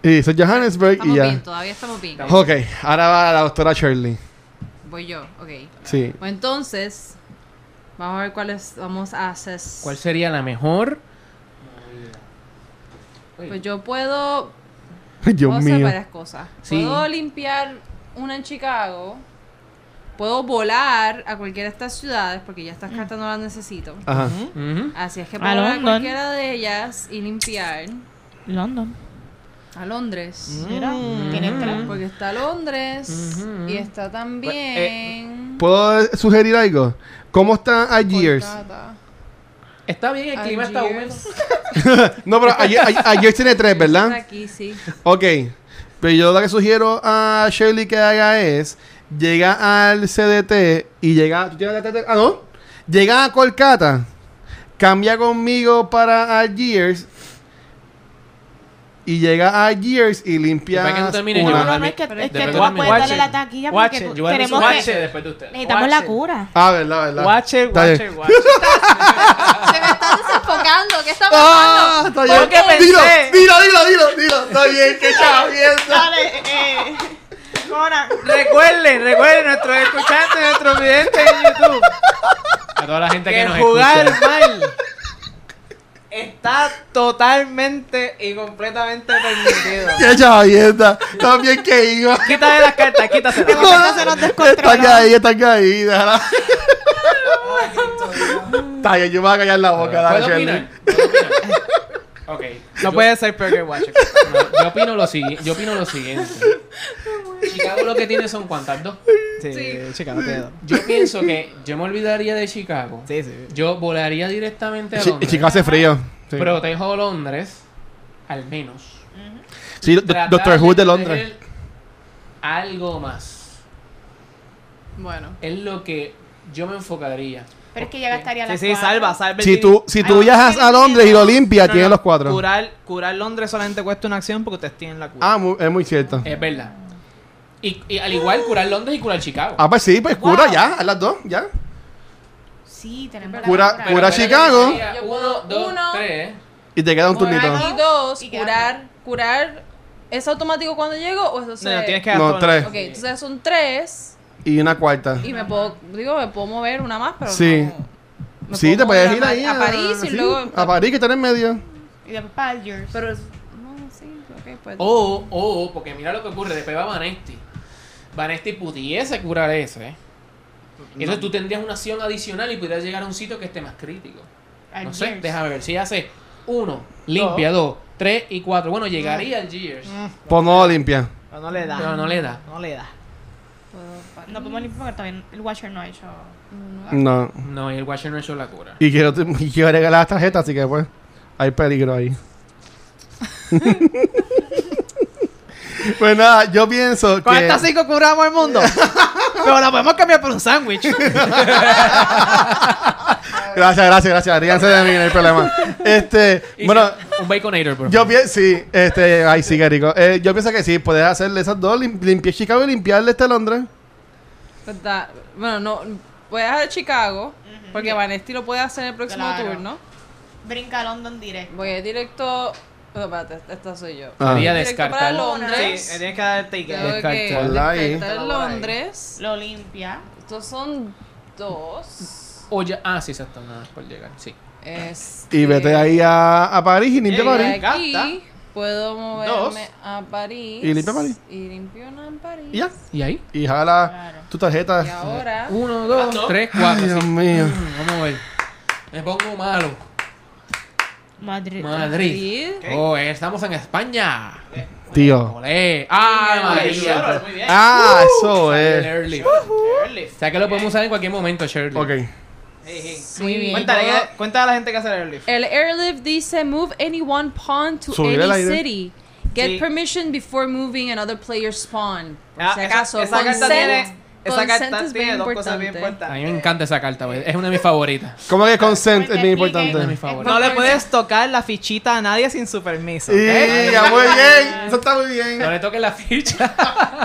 [SPEAKER 1] Y eso es Johannesburg
[SPEAKER 4] Estamos
[SPEAKER 1] y ya.
[SPEAKER 4] bien, todavía estamos bien.
[SPEAKER 1] Ok, ahora va la doctora Shirley.
[SPEAKER 4] Voy yo, ok.
[SPEAKER 1] Sí.
[SPEAKER 4] Pues entonces, vamos a ver cuáles vamos a hacer.
[SPEAKER 2] ¿Cuál sería la mejor?
[SPEAKER 4] Pues yo puedo,
[SPEAKER 1] Ay,
[SPEAKER 4] puedo
[SPEAKER 1] Dios
[SPEAKER 4] hacer
[SPEAKER 1] mío.
[SPEAKER 4] varias cosas.
[SPEAKER 2] Sí.
[SPEAKER 4] Puedo limpiar una en Chicago. Puedo volar a cualquiera de estas ciudades porque ya estas cartas no las necesito.
[SPEAKER 1] Ajá.
[SPEAKER 2] Ujú.
[SPEAKER 4] Así es que
[SPEAKER 3] A
[SPEAKER 4] puedo volar a
[SPEAKER 3] London.
[SPEAKER 4] cualquiera de ellas y limpiar
[SPEAKER 3] London.
[SPEAKER 4] a Londres.
[SPEAKER 3] Mira,
[SPEAKER 5] Mm.
[SPEAKER 3] tienen tres.
[SPEAKER 4] Porque está Londres
[SPEAKER 2] Ujú.
[SPEAKER 4] y está también.
[SPEAKER 1] ¿Puedo sugerir algo? ¿Cómo está Ayears?
[SPEAKER 4] Kolkata.
[SPEAKER 2] Está bien, el clima está húmedo.
[SPEAKER 4] Algiers.
[SPEAKER 1] No, pero Aye- Aye- Ayears tiene tres,
[SPEAKER 4] Está
[SPEAKER 1] ¿verdad?
[SPEAKER 4] Aquí, sí.
[SPEAKER 1] Ok. Pero yo lo que sugiero a Shirley que haga es llega al CDT y llega. ¿Tú tienes la tarjeta? Ah, no. Llega a Kolkata. Cambia conmigo para Algiers. Y llega a Algiers y
[SPEAKER 2] Y para que
[SPEAKER 1] limpia.
[SPEAKER 2] no termine, yo
[SPEAKER 1] una.
[SPEAKER 3] No,
[SPEAKER 2] voy a-
[SPEAKER 3] no, no, es que, es que tú
[SPEAKER 2] Después
[SPEAKER 3] no
[SPEAKER 2] de-
[SPEAKER 3] puedes
[SPEAKER 5] Watcher.
[SPEAKER 3] darle la taquilla porque
[SPEAKER 5] Watcher.
[SPEAKER 3] tú-
[SPEAKER 2] Yo voy a hacer
[SPEAKER 3] tenemos
[SPEAKER 2] su
[SPEAKER 3] que-
[SPEAKER 2] bache después de ustedes.
[SPEAKER 3] necesitamos la
[SPEAKER 5] Watcher.
[SPEAKER 3] cura.
[SPEAKER 1] Ah, verdad, verdad.
[SPEAKER 5] Watcher,
[SPEAKER 1] Está bien.
[SPEAKER 5] watcher, watcher.
[SPEAKER 4] Se me está desenfocando. ¿Qué está pasando?
[SPEAKER 1] ¡Ah! Está bien.
[SPEAKER 5] Porque pensé.
[SPEAKER 1] Dilo, dilo, dilo, dilo, dilo. Está bien, qué chavienda.
[SPEAKER 3] Dale, eh, Conan.
[SPEAKER 5] recuerden, recuerden, nuestros escuchantes, nuestros videntes en YouTube,
[SPEAKER 2] A toda la gente que,
[SPEAKER 5] que
[SPEAKER 2] nos
[SPEAKER 5] jugar
[SPEAKER 2] escucha.
[SPEAKER 5] mal está totalmente y completamente permitido.
[SPEAKER 1] Qué chavienda. También que iba.
[SPEAKER 5] Quítale las cartas, quítaselas.
[SPEAKER 3] Porque se nos
[SPEAKER 1] Está
[SPEAKER 3] descontrola.
[SPEAKER 1] caída, está caída. déjala. Está bien, yo me voy a callar la boca. dale,
[SPEAKER 2] ¿Puedo
[SPEAKER 1] Shirley.
[SPEAKER 2] opinar? ¿Puedo opinar? Ok.
[SPEAKER 5] No
[SPEAKER 2] Yo-
[SPEAKER 5] puede ser Burger Watcher.
[SPEAKER 2] No, yo opino lo siguiente. Yo opino lo siguiente. Chicago lo que tiene son cuántas dos.
[SPEAKER 5] Sí,
[SPEAKER 4] Sí.
[SPEAKER 5] Chicago te da.
[SPEAKER 2] Yo pienso que yo me olvidaría de Chicago.
[SPEAKER 5] Sí, sí.
[SPEAKER 2] Yo volaría directamente a
[SPEAKER 1] Chi-
[SPEAKER 2] Londres.
[SPEAKER 1] Chicago hace frío. Sí,
[SPEAKER 2] Protejo Londres, al menos.
[SPEAKER 1] Sí, do-
[SPEAKER 2] Tratar
[SPEAKER 1] Doctor Who de Londres.
[SPEAKER 2] proteger Algo más.
[SPEAKER 4] Bueno.
[SPEAKER 2] Es lo que yo me enfocaría.
[SPEAKER 3] Pero es que ya gastaría
[SPEAKER 5] Sí,
[SPEAKER 3] las
[SPEAKER 5] sí,
[SPEAKER 3] cuatro.
[SPEAKER 5] salva, salva. el
[SPEAKER 1] Si
[SPEAKER 5] día.
[SPEAKER 1] tú, si tú
[SPEAKER 3] Ah,
[SPEAKER 1] viajas a Londres y lo limpias,
[SPEAKER 5] No,
[SPEAKER 1] tienes
[SPEAKER 5] no,
[SPEAKER 1] los cuatro.
[SPEAKER 5] Curar, curar Londres solamente cuesta una acción porque ustedes tienen la cura.
[SPEAKER 1] Ah, mu- es muy cierto.
[SPEAKER 2] Es verdad. Y, y al igual curar Londres y curar Chicago.
[SPEAKER 1] Ah, pues sí, pues
[SPEAKER 3] Wow.
[SPEAKER 1] cura ya, a las dos, ya.
[SPEAKER 3] Sí, tenemos la
[SPEAKER 1] Cura-
[SPEAKER 3] compra.
[SPEAKER 2] Pero
[SPEAKER 1] cura
[SPEAKER 2] espérate que
[SPEAKER 1] Chicago.
[SPEAKER 2] sería
[SPEAKER 4] Yo
[SPEAKER 2] Uno,
[SPEAKER 4] puedo-
[SPEAKER 2] dos,
[SPEAKER 4] uno.
[SPEAKER 2] tres.
[SPEAKER 1] Y te queda un
[SPEAKER 4] Por
[SPEAKER 1] turnito.
[SPEAKER 4] aquí dos,
[SPEAKER 3] Y quedan
[SPEAKER 4] curar, curar. ¿Es automático cuando llego o eso
[SPEAKER 5] No,
[SPEAKER 4] se-
[SPEAKER 5] no, tienes que
[SPEAKER 1] No,
[SPEAKER 5] gastar una
[SPEAKER 1] tres.
[SPEAKER 4] Ok, entonces son tres
[SPEAKER 1] Y una cuarta.
[SPEAKER 4] y me puedo, digo, me puedo mover una más, pero
[SPEAKER 1] Sí.
[SPEAKER 4] no- me
[SPEAKER 1] Sí, te
[SPEAKER 4] puedo
[SPEAKER 1] puedes
[SPEAKER 4] mover
[SPEAKER 1] ir
[SPEAKER 4] a,
[SPEAKER 1] ahí
[SPEAKER 4] a París y
[SPEAKER 1] sí,
[SPEAKER 4] luego...
[SPEAKER 1] A París, que está en el medio.
[SPEAKER 3] Y después para el Yours.
[SPEAKER 4] Pero, no, sí, ok, pues...
[SPEAKER 2] O, o, porque mira lo que ocurre. Después va Vanesti. Vanesti pudiese curar ese. ¿eh? Entonces tú tendrías una acción adicional y pudieras llegar a un sitio que esté más crítico.
[SPEAKER 3] Al
[SPEAKER 2] No sé,
[SPEAKER 3] Ah, Gears.
[SPEAKER 2] déjame ver. Si hace uno, limpia, dos, tres y cuatro. Bueno, llegaría al Gears.
[SPEAKER 5] Mm,
[SPEAKER 1] Pues no limpia.
[SPEAKER 5] pero no le da.
[SPEAKER 2] Pero no le da.
[SPEAKER 5] No le da.
[SPEAKER 4] puedo París.
[SPEAKER 3] No podemos limpiar porque todavía el Watcher no ha hecho.
[SPEAKER 1] No.
[SPEAKER 2] No, y el Watcher no hizo la cura.
[SPEAKER 1] Y quiero, y quiero regalar las tarjetas, así que pues hay peligro ahí. pues nada, yo pienso
[SPEAKER 5] Con
[SPEAKER 1] que...
[SPEAKER 5] estas cinco curamos el mundo. pero la podemos cambiar por un sándwich.
[SPEAKER 1] Gracias, gracias, gracias. Ríanse de mí, no hay problema. Este,
[SPEAKER 2] Y
[SPEAKER 1] bueno,
[SPEAKER 2] sí, un Baconator, por
[SPEAKER 1] yo
[SPEAKER 2] favor.
[SPEAKER 1] pienso, sí, este, ay, sí, qué rico. Eh, yo pienso que sí, puedes hacerle esas dos, lim- limpiar Chicago y limpiarle este Londres.
[SPEAKER 4] Pues da- bueno, no, voy a dejar Chicago, porque Vanesti lo puede hacer el próximo
[SPEAKER 3] Claro.
[SPEAKER 4] turno.
[SPEAKER 3] Brinca a London directo.
[SPEAKER 4] Voy a ir directo... No, espérate, esta soy yo.
[SPEAKER 1] Ah.
[SPEAKER 2] Haría
[SPEAKER 4] Directo
[SPEAKER 2] descartar.
[SPEAKER 5] sí,
[SPEAKER 4] para
[SPEAKER 5] me
[SPEAKER 4] Londres.
[SPEAKER 5] tienes que dar el ticket.
[SPEAKER 4] Tengo que
[SPEAKER 2] Descartar.
[SPEAKER 1] Ponla ahí.
[SPEAKER 4] descartar Londres.
[SPEAKER 3] Lo limpia.
[SPEAKER 4] Estos son dos.
[SPEAKER 2] O ya- ah, sí, exacto, nada, por llegar, sí.
[SPEAKER 4] Este,
[SPEAKER 1] Y vete ahí a, a París y limpia
[SPEAKER 5] Ey,
[SPEAKER 1] París.
[SPEAKER 4] de aquí
[SPEAKER 5] Gasta.
[SPEAKER 4] puedo moverme
[SPEAKER 5] Dos.
[SPEAKER 4] a París.
[SPEAKER 1] Y limpia París.
[SPEAKER 4] Y limpio una en París.
[SPEAKER 1] Y ya.
[SPEAKER 2] ¿Y ahí?
[SPEAKER 1] Y jala
[SPEAKER 3] Claro.
[SPEAKER 1] tu
[SPEAKER 4] Y
[SPEAKER 1] tarjeta.
[SPEAKER 4] ahora.
[SPEAKER 2] Uno, dos, tres, cuatro.
[SPEAKER 1] Ay, Dios
[SPEAKER 2] sí.
[SPEAKER 1] mío.
[SPEAKER 2] Mm, vamos a ver. Me pongo malo.
[SPEAKER 3] Madrid.
[SPEAKER 2] Madrid.
[SPEAKER 4] Madrid.
[SPEAKER 2] Oh, eh, estamos en España.
[SPEAKER 1] Tío.
[SPEAKER 2] Olé. Ah,
[SPEAKER 5] Muy
[SPEAKER 2] María.
[SPEAKER 5] bien, muy bien.
[SPEAKER 1] Ah, eso es.
[SPEAKER 2] Shirley.
[SPEAKER 5] Early.
[SPEAKER 2] O sea que lo podemos usar en cualquier momento, Shirley.
[SPEAKER 1] Ok.
[SPEAKER 5] Hey, hey.
[SPEAKER 4] Muy bien.
[SPEAKER 5] Cuéntale, Eh, que- cuéntale a la gente que hace el airlift.
[SPEAKER 4] El airlift dice: Move any one pawn to
[SPEAKER 1] Subir el
[SPEAKER 4] any
[SPEAKER 1] aire.
[SPEAKER 4] city. Get
[SPEAKER 5] Sí.
[SPEAKER 4] permission before moving another player's pawn. Por
[SPEAKER 5] Ah,
[SPEAKER 4] si
[SPEAKER 5] esa-
[SPEAKER 4] acaso,
[SPEAKER 5] esa, carta
[SPEAKER 4] consent-
[SPEAKER 5] tiene, esa
[SPEAKER 4] consent
[SPEAKER 5] carta
[SPEAKER 4] es bien
[SPEAKER 5] tiene dos cosas bien
[SPEAKER 4] importante.
[SPEAKER 2] A
[SPEAKER 5] importantes.
[SPEAKER 2] mí me encanta esa carta, güey. Es una de mis favoritas.
[SPEAKER 1] ¿Cómo que consent
[SPEAKER 3] pues
[SPEAKER 1] es bien
[SPEAKER 2] Es una de
[SPEAKER 1] importante?
[SPEAKER 2] mis favoritas.
[SPEAKER 5] No le puedes tocar la fichita a nadie sin su permiso.
[SPEAKER 1] Y ya, muy bien. Eso está muy bien.
[SPEAKER 2] No le toques la ficha.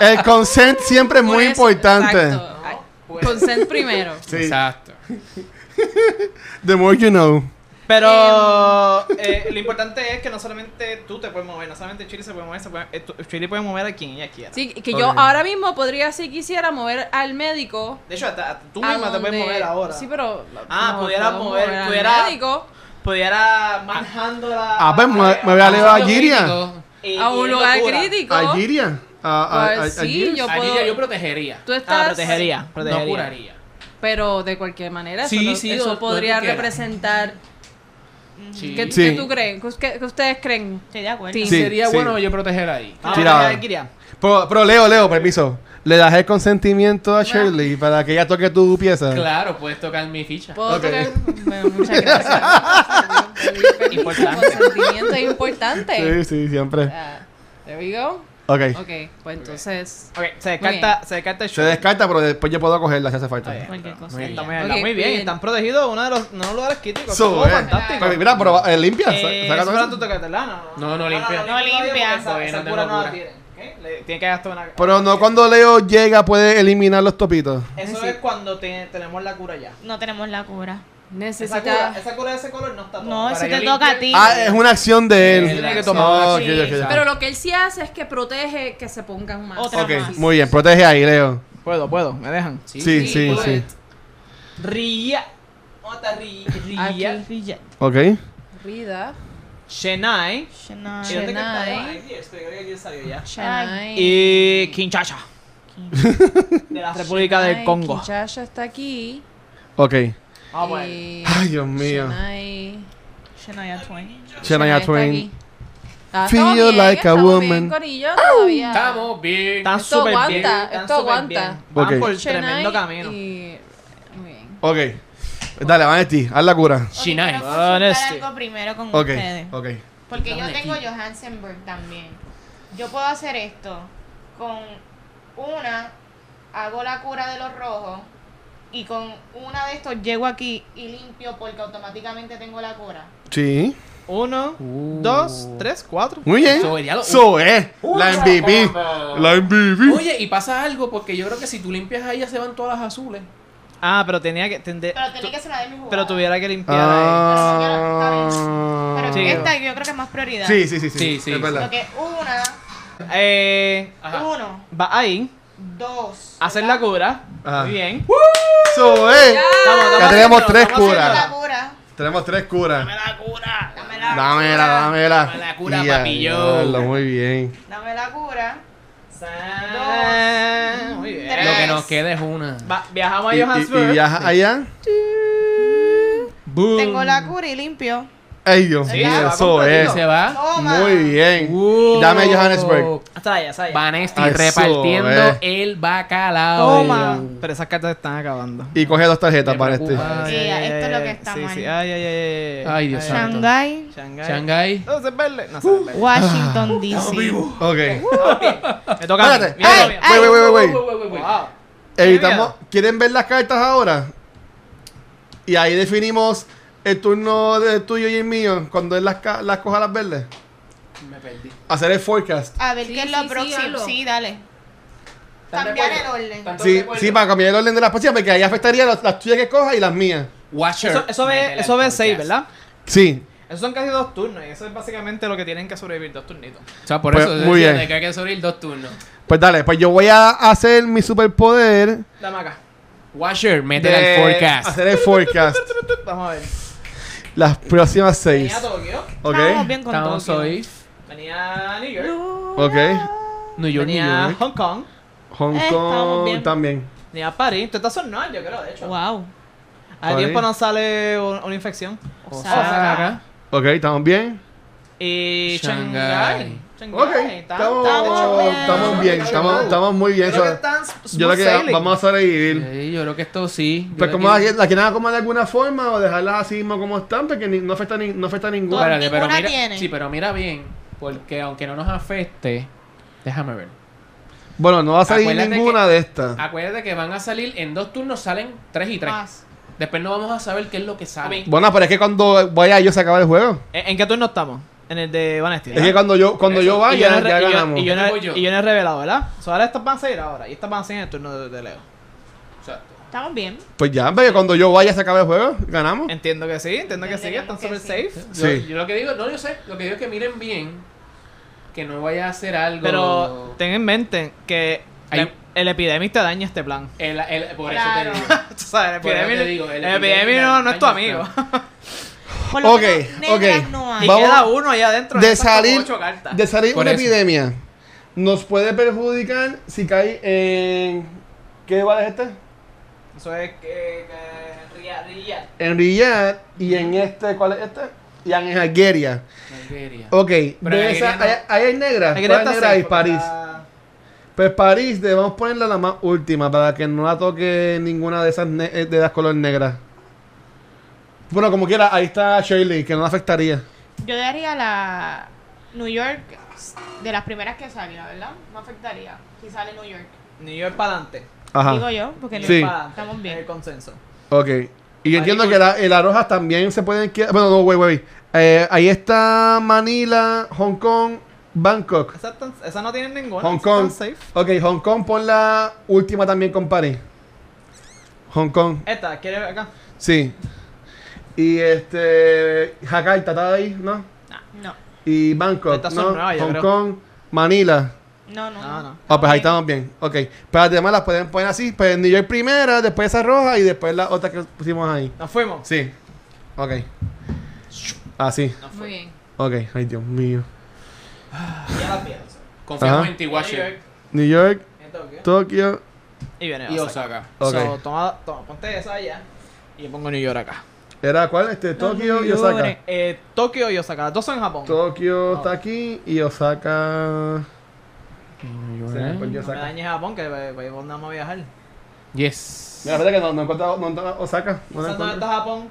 [SPEAKER 1] El consent siempre es
[SPEAKER 4] Por
[SPEAKER 1] muy
[SPEAKER 4] eso,
[SPEAKER 1] importante.
[SPEAKER 4] exacto. Ay,
[SPEAKER 5] pues.
[SPEAKER 4] Consent primero.
[SPEAKER 1] Sí.
[SPEAKER 2] Exacto.
[SPEAKER 1] The more you know.
[SPEAKER 5] Pero eh, lo importante es que no solamente tú te puedes mover, no solamente Chile se puede mover, se puede, eh, tú- Chile puede mover a quien ella quiera.
[SPEAKER 4] Sí, que yo
[SPEAKER 1] Ok.
[SPEAKER 4] ahora mismo podría, si quisiera, mover al médico.
[SPEAKER 5] De hecho, hasta, hasta tú
[SPEAKER 4] a
[SPEAKER 5] misma te puedes
[SPEAKER 4] donde-
[SPEAKER 5] mover ahora.
[SPEAKER 4] Sí, pero.
[SPEAKER 5] Ah,
[SPEAKER 4] no,
[SPEAKER 5] pudiera
[SPEAKER 4] puedo
[SPEAKER 5] mover-
[SPEAKER 4] al
[SPEAKER 5] pudiera-
[SPEAKER 4] médico
[SPEAKER 5] Pudiera manejando la.
[SPEAKER 1] Ah, pues me, me voy a llevar a Giria.
[SPEAKER 5] y-
[SPEAKER 4] a un
[SPEAKER 5] y
[SPEAKER 4] lugar
[SPEAKER 5] locura.
[SPEAKER 4] crítico.
[SPEAKER 1] ¿A Giria? ¿A, a, a, a
[SPEAKER 4] Pues sí,
[SPEAKER 1] Giria?
[SPEAKER 4] yo
[SPEAKER 2] A
[SPEAKER 4] puedo.
[SPEAKER 2] Giria yo protegería.
[SPEAKER 4] Tú estás.
[SPEAKER 5] Ah, protegería. protegería.
[SPEAKER 2] No curaría.
[SPEAKER 4] Pero de cualquier manera, eso
[SPEAKER 2] Sí,
[SPEAKER 4] no- eso,
[SPEAKER 2] sí, donde-
[SPEAKER 4] podría
[SPEAKER 2] donde quieras.
[SPEAKER 4] representar.
[SPEAKER 2] Sí.
[SPEAKER 4] Mm. ¿Qué,
[SPEAKER 1] Sí.
[SPEAKER 4] qué tú crees? ¿Qué, qué ustedes creen?
[SPEAKER 3] Estoy de acuerdo.
[SPEAKER 4] Sí.
[SPEAKER 2] Y sería
[SPEAKER 1] sí.
[SPEAKER 2] bueno yo proteger ahí.
[SPEAKER 5] Vamos
[SPEAKER 1] Tirado.
[SPEAKER 5] a llevar a Giria.
[SPEAKER 1] Pero, pero Leo, Leo, permiso. Le das el consentimiento a Shirley para que ella toque tu pieza.
[SPEAKER 2] Claro, puedes tocar mi ficha.
[SPEAKER 4] ¿Puedo
[SPEAKER 1] Ok.
[SPEAKER 4] tocar? Bueno, muchas gracias.
[SPEAKER 5] Importante.
[SPEAKER 4] importante. Consentimiento es importante.
[SPEAKER 1] Sí, sí, siempre.
[SPEAKER 4] Ah, there we go.
[SPEAKER 1] Ok.
[SPEAKER 4] Ok, pues entonces.
[SPEAKER 5] Ok, se descarta, se descarta el
[SPEAKER 1] Se
[SPEAKER 5] show.
[SPEAKER 1] descarta, pero después yo puedo cogerla si hace falta.
[SPEAKER 5] Está bien.
[SPEAKER 3] Cualquier cosa.
[SPEAKER 2] Muy bien.
[SPEAKER 5] Está muy,
[SPEAKER 4] Ok,
[SPEAKER 5] está muy bien,
[SPEAKER 4] bien.
[SPEAKER 5] están protegidos uno de los, uno de los lugares críticos.
[SPEAKER 1] Eso
[SPEAKER 5] Estuvo
[SPEAKER 1] es.
[SPEAKER 5] fantástico.
[SPEAKER 1] Pero mira, pero eh, limpia. sa-
[SPEAKER 5] Eh,
[SPEAKER 1] saca
[SPEAKER 5] eso
[SPEAKER 1] todo
[SPEAKER 5] fueron
[SPEAKER 1] eso.
[SPEAKER 5] tus cartas, ¿verdad? No,
[SPEAKER 2] No, no limpia.
[SPEAKER 3] No
[SPEAKER 5] No limpia. Esa,
[SPEAKER 2] limpia.
[SPEAKER 5] esa
[SPEAKER 2] Todavía no
[SPEAKER 5] cura
[SPEAKER 2] tengo
[SPEAKER 5] no la
[SPEAKER 2] cura.
[SPEAKER 5] tienen. ¿ok? Le- Tiene que gastar una.
[SPEAKER 1] Pero no cuando Leo llega puede eliminar los topitos.
[SPEAKER 5] Eso es cuando te- tenemos la cura ya.
[SPEAKER 3] No tenemos la cura.
[SPEAKER 5] Esa cura,
[SPEAKER 4] Necesita.
[SPEAKER 5] esa cura de ese color no está toda.
[SPEAKER 3] No, eso
[SPEAKER 5] Para yo
[SPEAKER 3] te toca a
[SPEAKER 5] limpiar-
[SPEAKER 3] ti.
[SPEAKER 1] Ah, es una acción de él.
[SPEAKER 2] Sí, tiene que
[SPEAKER 5] tomar
[SPEAKER 1] Oh,
[SPEAKER 5] una
[SPEAKER 1] ok, ok,
[SPEAKER 5] acción.
[SPEAKER 1] ok.
[SPEAKER 4] Pero lo que él sí hace es que protege que se pongan más.
[SPEAKER 3] Otra
[SPEAKER 1] Ok,
[SPEAKER 3] más.
[SPEAKER 1] muy bien. Protege ahí, Leo.
[SPEAKER 5] Puedo, puedo, me dejan.
[SPEAKER 1] Sí, sí,
[SPEAKER 2] puedo.
[SPEAKER 1] sí.
[SPEAKER 5] Ria. ¿Dónde está Ria? Ria.
[SPEAKER 4] Aquí.
[SPEAKER 3] Reject.
[SPEAKER 1] Ok.
[SPEAKER 4] Rida,
[SPEAKER 5] Chennai. ¿Y
[SPEAKER 3] Shania.
[SPEAKER 5] dónde que está?
[SPEAKER 4] Chennai.
[SPEAKER 5] Ay, Dios, creo que aquí salió ya.
[SPEAKER 4] Chennai.
[SPEAKER 5] Y Kinshasa. De la República del
[SPEAKER 4] Chennai,
[SPEAKER 5] Congo. Ah,
[SPEAKER 4] Kinshasa está aquí.
[SPEAKER 1] Ok.
[SPEAKER 5] Vamos a ver.
[SPEAKER 4] y
[SPEAKER 1] Ay, Dios mío.
[SPEAKER 4] Chennai-
[SPEAKER 3] Shania Twain.
[SPEAKER 1] Shania
[SPEAKER 4] está
[SPEAKER 1] Twain.
[SPEAKER 4] aquí. Ah,
[SPEAKER 1] Feel
[SPEAKER 4] estamos
[SPEAKER 1] you
[SPEAKER 4] bien,
[SPEAKER 1] like a
[SPEAKER 4] estamos bien,
[SPEAKER 1] woman.
[SPEAKER 4] corillo, todavía.
[SPEAKER 2] Estamos bien.
[SPEAKER 5] Están
[SPEAKER 4] Esto
[SPEAKER 5] súper
[SPEAKER 4] aguanta,
[SPEAKER 5] bien. están
[SPEAKER 4] esto
[SPEAKER 5] súper
[SPEAKER 4] aguanta.
[SPEAKER 5] bien. Van
[SPEAKER 1] Ok.
[SPEAKER 5] por
[SPEAKER 4] Chennai
[SPEAKER 5] tremendo camino.
[SPEAKER 4] y- Muy bien.
[SPEAKER 1] Ok. Dale, Vanetti, haz la cura.
[SPEAKER 3] Ok,
[SPEAKER 2] Shinai.
[SPEAKER 3] quiero consultar
[SPEAKER 5] Honesty.
[SPEAKER 3] algo primero con
[SPEAKER 1] Ok,
[SPEAKER 3] ustedes.
[SPEAKER 1] ok.
[SPEAKER 3] Porque yo
[SPEAKER 2] Dame
[SPEAKER 3] tengo
[SPEAKER 2] aquí.
[SPEAKER 3] Johansenberg también. Yo puedo hacer esto. Con una hago la cura de los rojos y con una de estos llego aquí y limpio porque automáticamente tengo la cura.
[SPEAKER 1] Sí.
[SPEAKER 5] Uno,
[SPEAKER 1] Uh.
[SPEAKER 5] dos, tres, cuatro.
[SPEAKER 1] Muy bien.
[SPEAKER 2] So, ya lo-
[SPEAKER 1] So es. La MVP. La MVP.
[SPEAKER 2] Oye, y pasa algo, porque yo creo que si tú limpias ahí ya se van todas las azules.
[SPEAKER 5] Ah, pero tenía que. tende-
[SPEAKER 3] Pero tiene que ser una de mis jugadas.
[SPEAKER 5] pero tuviera que limpiar ahí.
[SPEAKER 1] Ah.
[SPEAKER 3] Pero
[SPEAKER 5] Sí.
[SPEAKER 3] esta yo creo que es más prioridad.
[SPEAKER 1] Sí, sí, sí, sí.
[SPEAKER 2] Sí, sí,
[SPEAKER 1] Es verdad.
[SPEAKER 3] Lo que una,
[SPEAKER 5] Eh,
[SPEAKER 3] uno,
[SPEAKER 5] va ahí,
[SPEAKER 3] dos.
[SPEAKER 5] hacer la cura.
[SPEAKER 1] Ajá.
[SPEAKER 5] Muy bien.
[SPEAKER 1] So es.
[SPEAKER 5] Estamos- estamos
[SPEAKER 1] Ya Ah. tenemos
[SPEAKER 5] haciéndolo,
[SPEAKER 1] tres
[SPEAKER 5] estamos
[SPEAKER 1] curas.
[SPEAKER 3] La
[SPEAKER 5] haciéndolo.
[SPEAKER 3] cura.
[SPEAKER 1] Tenemos tres curas.
[SPEAKER 2] Dame la cura. Dame
[SPEAKER 1] Dámela, dámela.
[SPEAKER 2] Dame la cura,
[SPEAKER 1] Ya,
[SPEAKER 2] papillo.
[SPEAKER 1] diablo, Muy bien.
[SPEAKER 3] Dame la cura.
[SPEAKER 5] Sa- Muy bien.
[SPEAKER 3] tres.
[SPEAKER 2] Lo que nos queda es una.
[SPEAKER 5] Va-
[SPEAKER 1] Y,
[SPEAKER 5] viajamos a
[SPEAKER 1] y- y
[SPEAKER 5] Johannesburg.
[SPEAKER 1] viaja allá. Mm.
[SPEAKER 5] Boom.
[SPEAKER 3] Tengo la cura y limpio.
[SPEAKER 1] Ay, Dios
[SPEAKER 5] Sí,
[SPEAKER 1] mío,
[SPEAKER 5] se va
[SPEAKER 1] eso
[SPEAKER 5] completito.
[SPEAKER 1] es.
[SPEAKER 2] Y se va.
[SPEAKER 3] Toma.
[SPEAKER 1] Muy bien.
[SPEAKER 2] Wow.
[SPEAKER 1] Dame Johannesburg.
[SPEAKER 5] Hasta allá, hasta allá.
[SPEAKER 2] Vanesti
[SPEAKER 1] Eso,
[SPEAKER 2] repartiendo
[SPEAKER 1] eh.
[SPEAKER 2] el bacalao.
[SPEAKER 5] Toma. Pero esas cartas están acabando.
[SPEAKER 1] Y coge dos tarjetas
[SPEAKER 2] Me
[SPEAKER 1] para este.
[SPEAKER 2] preocupa.
[SPEAKER 5] Ay,
[SPEAKER 3] Sí,
[SPEAKER 5] ay,
[SPEAKER 3] esto es lo
[SPEAKER 5] ay,
[SPEAKER 3] que está
[SPEAKER 5] sí,
[SPEAKER 3] mal.
[SPEAKER 5] sí. Ay, ay, ay, ay.
[SPEAKER 2] Ay, Dios santo.
[SPEAKER 3] Shanghai, Uh,
[SPEAKER 5] Shanghai.
[SPEAKER 2] Shanghai.
[SPEAKER 5] No, se verde. No, se verde.
[SPEAKER 3] Washington DC.
[SPEAKER 1] Ok. Espérate.
[SPEAKER 5] Me toca a mí. Me toca a mí.
[SPEAKER 1] Ay, Wait, wait, wait, wait.
[SPEAKER 5] Wow.
[SPEAKER 1] Evitamos. ¿Quieren ver las cartas ahora? Y ahí definimos el turno de tuyo y el mío. Cuando él las, ca- las coja las verdes.
[SPEAKER 2] Me perdí.
[SPEAKER 1] Hacer el forecast.
[SPEAKER 3] A ver
[SPEAKER 4] Sí,
[SPEAKER 3] qué es
[SPEAKER 4] sí,
[SPEAKER 3] lo
[SPEAKER 4] sí,
[SPEAKER 3] próximo.
[SPEAKER 4] hazlo.
[SPEAKER 3] Sí, dale. Cambiar el orden.
[SPEAKER 1] Sí, sí, para cambiar el orden de las próximas, porque ahí afectaría las, las tuyas que coja y las mías.
[SPEAKER 2] Watcher.
[SPEAKER 5] Eso, eso ve, eso ve 6, ¿verdad?
[SPEAKER 1] Sí.
[SPEAKER 5] Esos son casi dos turnos y eso es básicamente lo que tienen que sobrevivir, dos turnitos.
[SPEAKER 2] O sea, por
[SPEAKER 1] Pues,
[SPEAKER 2] eso
[SPEAKER 1] muy
[SPEAKER 2] se decía
[SPEAKER 1] bien.
[SPEAKER 2] de que hay que subir dos turnos.
[SPEAKER 1] Pues dale, pues yo voy a hacer mi superpoder.
[SPEAKER 5] Dame acá.
[SPEAKER 2] Watcher, mete
[SPEAKER 1] de
[SPEAKER 2] al forecast.
[SPEAKER 1] Hacer el forecast.
[SPEAKER 5] Vamos a ver.
[SPEAKER 1] Las próximas seis.
[SPEAKER 5] Venía a Tokio,
[SPEAKER 1] Ok.
[SPEAKER 3] Estamos bien con todo.
[SPEAKER 2] Estamos hoy.
[SPEAKER 5] venía a New York,
[SPEAKER 1] Ok.
[SPEAKER 2] New York,
[SPEAKER 5] venía a
[SPEAKER 2] New York.
[SPEAKER 5] Hong Kong,
[SPEAKER 1] Hong
[SPEAKER 3] Eh, estamos
[SPEAKER 1] Kong
[SPEAKER 3] bien.
[SPEAKER 1] también.
[SPEAKER 5] venía a París. Tú estás sonando, yo creo, de hecho.
[SPEAKER 3] Wow.
[SPEAKER 5] Al
[SPEAKER 1] París.
[SPEAKER 5] tiempo no sale un- una infección.
[SPEAKER 2] Osaka.
[SPEAKER 1] Ok, estamos bien.
[SPEAKER 5] Y
[SPEAKER 2] Shanghái.
[SPEAKER 5] Shanghai.
[SPEAKER 1] Ok. Estamos, estamos bien. Estamos, estamos muy bien.
[SPEAKER 5] Creo que
[SPEAKER 1] so-
[SPEAKER 5] están
[SPEAKER 1] yo creo que
[SPEAKER 5] smooth sailing.
[SPEAKER 1] vamos a
[SPEAKER 5] Eh,
[SPEAKER 1] sobrevivir.
[SPEAKER 2] Sí, yo creo que esto sí.
[SPEAKER 1] Pues
[SPEAKER 2] Yo
[SPEAKER 1] como
[SPEAKER 2] aquí-
[SPEAKER 1] las las quieren acomodar de alguna forma o dejarlas así mismo como están, porque ni- no afecta ni, no afecta a ninguna.
[SPEAKER 3] Todas.
[SPEAKER 2] Espérate, pero
[SPEAKER 3] Ninguna
[SPEAKER 2] mira,
[SPEAKER 3] tiene.
[SPEAKER 2] sí, pero mira bien, porque aunque no nos afecte, déjame ver.
[SPEAKER 1] Bueno, no va a salir
[SPEAKER 2] Acuérdate
[SPEAKER 1] ninguna
[SPEAKER 2] que-
[SPEAKER 1] de estas.
[SPEAKER 2] Acuérdate que van a salir en dos turnos salen tres y tres.
[SPEAKER 3] Más.
[SPEAKER 2] Después no vamos a saber qué es lo que sale.
[SPEAKER 5] Ok.
[SPEAKER 1] Bueno, pero es que cuando vaya yo se acaba el juego.
[SPEAKER 5] Eh, ¿En, en qué turno estamos? En el de Vanesti.
[SPEAKER 1] Es que cuando yo, cuando yo
[SPEAKER 5] Y yo no
[SPEAKER 1] vaya,
[SPEAKER 5] he re-
[SPEAKER 1] ya
[SPEAKER 5] y yo-
[SPEAKER 1] ganamos.
[SPEAKER 5] Y yo, no he-
[SPEAKER 2] Voy yo.
[SPEAKER 5] y yo no he revelado, ¿verdad? So, ahora estas van a seguir ahora. Y estas van a seguir en el turno de, de Leo.
[SPEAKER 2] Exacto.
[SPEAKER 3] Estamos bien.
[SPEAKER 1] Pues ya, porque cuando yo vaya se acaba el juego, ganamos.
[SPEAKER 5] Entiendo que sí, entiendo que sí, están
[SPEAKER 3] Entendemos
[SPEAKER 5] súper
[SPEAKER 3] que
[SPEAKER 5] safe.
[SPEAKER 2] Yo,
[SPEAKER 1] Sí.
[SPEAKER 2] yo lo que digo, no, yo sé, lo que digo es que miren bien, que no vaya a hacer algo.
[SPEAKER 5] Pero ten en mente que la-
[SPEAKER 2] Ahí-
[SPEAKER 5] el Epidemic te daña este plan.
[SPEAKER 2] El- el- por
[SPEAKER 3] Claro.
[SPEAKER 2] eso te digo.
[SPEAKER 5] Tú sabes, el
[SPEAKER 2] Por eso
[SPEAKER 5] Epidemic,
[SPEAKER 2] te digo, el
[SPEAKER 5] el
[SPEAKER 2] Epidemic
[SPEAKER 5] Epidemic no, no es tu
[SPEAKER 2] daña
[SPEAKER 5] amigo.
[SPEAKER 2] este
[SPEAKER 3] Por lo
[SPEAKER 1] Ok,
[SPEAKER 3] menos negras
[SPEAKER 1] ok.
[SPEAKER 3] no
[SPEAKER 5] Y
[SPEAKER 3] hay.
[SPEAKER 1] Vamos-
[SPEAKER 5] queda uno allá adentro.
[SPEAKER 1] de
[SPEAKER 5] esas como
[SPEAKER 1] salir,
[SPEAKER 5] ocho cartas.
[SPEAKER 1] de salir
[SPEAKER 2] Por
[SPEAKER 1] una
[SPEAKER 2] eso.
[SPEAKER 1] epidemia nos puede perjudicar si cae en qué igual es este
[SPEAKER 5] Eso es que. que ría- ría.
[SPEAKER 1] en Riyadh y en este cuál es este y en Algeria
[SPEAKER 2] Algeria.
[SPEAKER 1] ok
[SPEAKER 2] Pero en
[SPEAKER 1] de esa,
[SPEAKER 2] Algeria
[SPEAKER 1] ahí, ahí hay negra
[SPEAKER 5] Hay que
[SPEAKER 1] ¿Cuál es
[SPEAKER 5] estar
[SPEAKER 1] negra
[SPEAKER 5] safe,
[SPEAKER 1] hay?
[SPEAKER 5] porque
[SPEAKER 1] París
[SPEAKER 5] la-
[SPEAKER 1] pues París debemos ponerla la más última para que no la toque ninguna de esas ne- eh, de las color negras bueno como quiera ahí está Shirley que no la afectaría
[SPEAKER 3] Yo daría la New York de las primeras que salga, ¿verdad? No afectaría si sale New York.
[SPEAKER 5] New York para adelante.
[SPEAKER 3] Digo
[SPEAKER 1] ajá
[SPEAKER 3] yo, porque no
[SPEAKER 1] Sí.
[SPEAKER 3] estamos bien.
[SPEAKER 5] El consenso.
[SPEAKER 1] ok y yo
[SPEAKER 5] Ahí
[SPEAKER 1] entiendo
[SPEAKER 5] con-
[SPEAKER 1] que la, el Arojas también se pueden quedar. Bueno, no, güey, güey. Eh, ahí está Manila, Hong Kong, Bangkok.
[SPEAKER 5] Esas están- esas no tienen ninguna.
[SPEAKER 1] Hong
[SPEAKER 5] esas
[SPEAKER 1] Kong.
[SPEAKER 5] están safe.
[SPEAKER 1] Ok, Hong Kong pon la última también con París. Hong Kong,
[SPEAKER 5] Esta, ¿quieres ver acá?
[SPEAKER 1] sí. Y este. Jakarta está ahí, ¿no?
[SPEAKER 3] Ah, No,
[SPEAKER 1] Y Bangkok,
[SPEAKER 5] Estas son
[SPEAKER 1] ¿no?
[SPEAKER 5] nuevas, yo
[SPEAKER 1] Hong
[SPEAKER 5] creo.
[SPEAKER 1] Kong, Manila.
[SPEAKER 3] no, no.
[SPEAKER 5] No, no.
[SPEAKER 1] Ah, pues ahí estamos bien. Ok. Pero las demás las pueden poner así. Pues New York primera, después esa roja y después la otra que pusimos ahí.
[SPEAKER 5] Nos fuimos.
[SPEAKER 1] Sí. Ok. Así.
[SPEAKER 5] Nos
[SPEAKER 4] Muy
[SPEAKER 5] fuimos.
[SPEAKER 4] bien.
[SPEAKER 1] Ok. Ay, Dios mío.
[SPEAKER 5] Ya las pierdo.
[SPEAKER 2] Confiamos
[SPEAKER 1] Ajá.
[SPEAKER 2] en ti,
[SPEAKER 5] New
[SPEAKER 2] Watcher.
[SPEAKER 5] York,
[SPEAKER 1] New York,
[SPEAKER 5] en Tokio.
[SPEAKER 1] Tokio.
[SPEAKER 5] Y viene
[SPEAKER 2] Y
[SPEAKER 5] Osaka.
[SPEAKER 2] Osaka.
[SPEAKER 1] Ok.
[SPEAKER 5] So, toma, toma, ponte esa allá. Y yo pongo New York acá.
[SPEAKER 1] Era cuál? Este, Tokio y Osaka.
[SPEAKER 5] Eh, Tokio y Osaka. Las dos son en Japón.
[SPEAKER 1] Tokio está aquí y Osaka. Se me perdió
[SPEAKER 5] no me
[SPEAKER 1] Osaka.
[SPEAKER 5] dañes Japón, que eh, pues, vos no vamos a viajar.
[SPEAKER 2] Yes.
[SPEAKER 1] Mira, espérate que no, no he encontrado- no he encontrado Osaka. No la
[SPEAKER 5] ¿Sabes dónde
[SPEAKER 1] encuentro.
[SPEAKER 5] está Japón?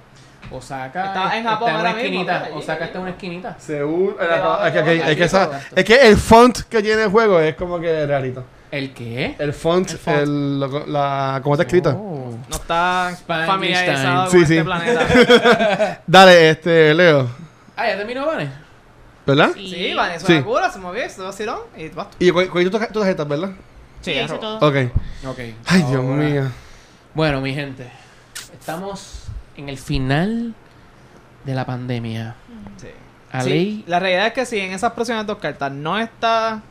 [SPEAKER 2] Osaka
[SPEAKER 5] Está en Japón
[SPEAKER 2] está en una
[SPEAKER 5] ahora mismo,
[SPEAKER 2] esquinita.
[SPEAKER 5] mira, allí,
[SPEAKER 2] Osaka
[SPEAKER 5] allí.
[SPEAKER 2] está en una esquinita.
[SPEAKER 1] Seúl. era-
[SPEAKER 5] Debajo,
[SPEAKER 1] es que- es que-
[SPEAKER 5] debajo,
[SPEAKER 1] es que esa-
[SPEAKER 2] debajo.
[SPEAKER 1] Es que el font que tiene el juego es como que realito.
[SPEAKER 2] ¿El qué?
[SPEAKER 1] El font,
[SPEAKER 2] El
[SPEAKER 1] el
[SPEAKER 2] font.
[SPEAKER 1] lo- la, ¿cómo está escrita?
[SPEAKER 2] Oh.
[SPEAKER 5] No está
[SPEAKER 2] Spanish
[SPEAKER 5] familiarizado
[SPEAKER 2] time.
[SPEAKER 5] con
[SPEAKER 1] Sí,
[SPEAKER 5] este
[SPEAKER 1] sí.
[SPEAKER 5] planeta.
[SPEAKER 1] Dale, este, Leo.
[SPEAKER 2] Ah, ya terminó, Vane.
[SPEAKER 1] ¿Verdad?
[SPEAKER 3] Sí.
[SPEAKER 5] sí, Vanessa
[SPEAKER 1] Sí.
[SPEAKER 5] Cura se movió, se vacilón y vas tú.
[SPEAKER 1] Y cu- cu- tú tocas tus tarjetas, ¿verdad?
[SPEAKER 3] Sí,
[SPEAKER 5] es
[SPEAKER 3] hice
[SPEAKER 5] robo.
[SPEAKER 3] todo.
[SPEAKER 1] Ok.
[SPEAKER 2] Ok.
[SPEAKER 1] Ay, Dios
[SPEAKER 2] Ahora-
[SPEAKER 1] mío.
[SPEAKER 2] Bueno, mi gente, estamos en el final de la pandemia.
[SPEAKER 5] Sí.
[SPEAKER 2] A
[SPEAKER 5] Sí,
[SPEAKER 2] ley-
[SPEAKER 5] La realidad es que si en esas próximas dos cartas no está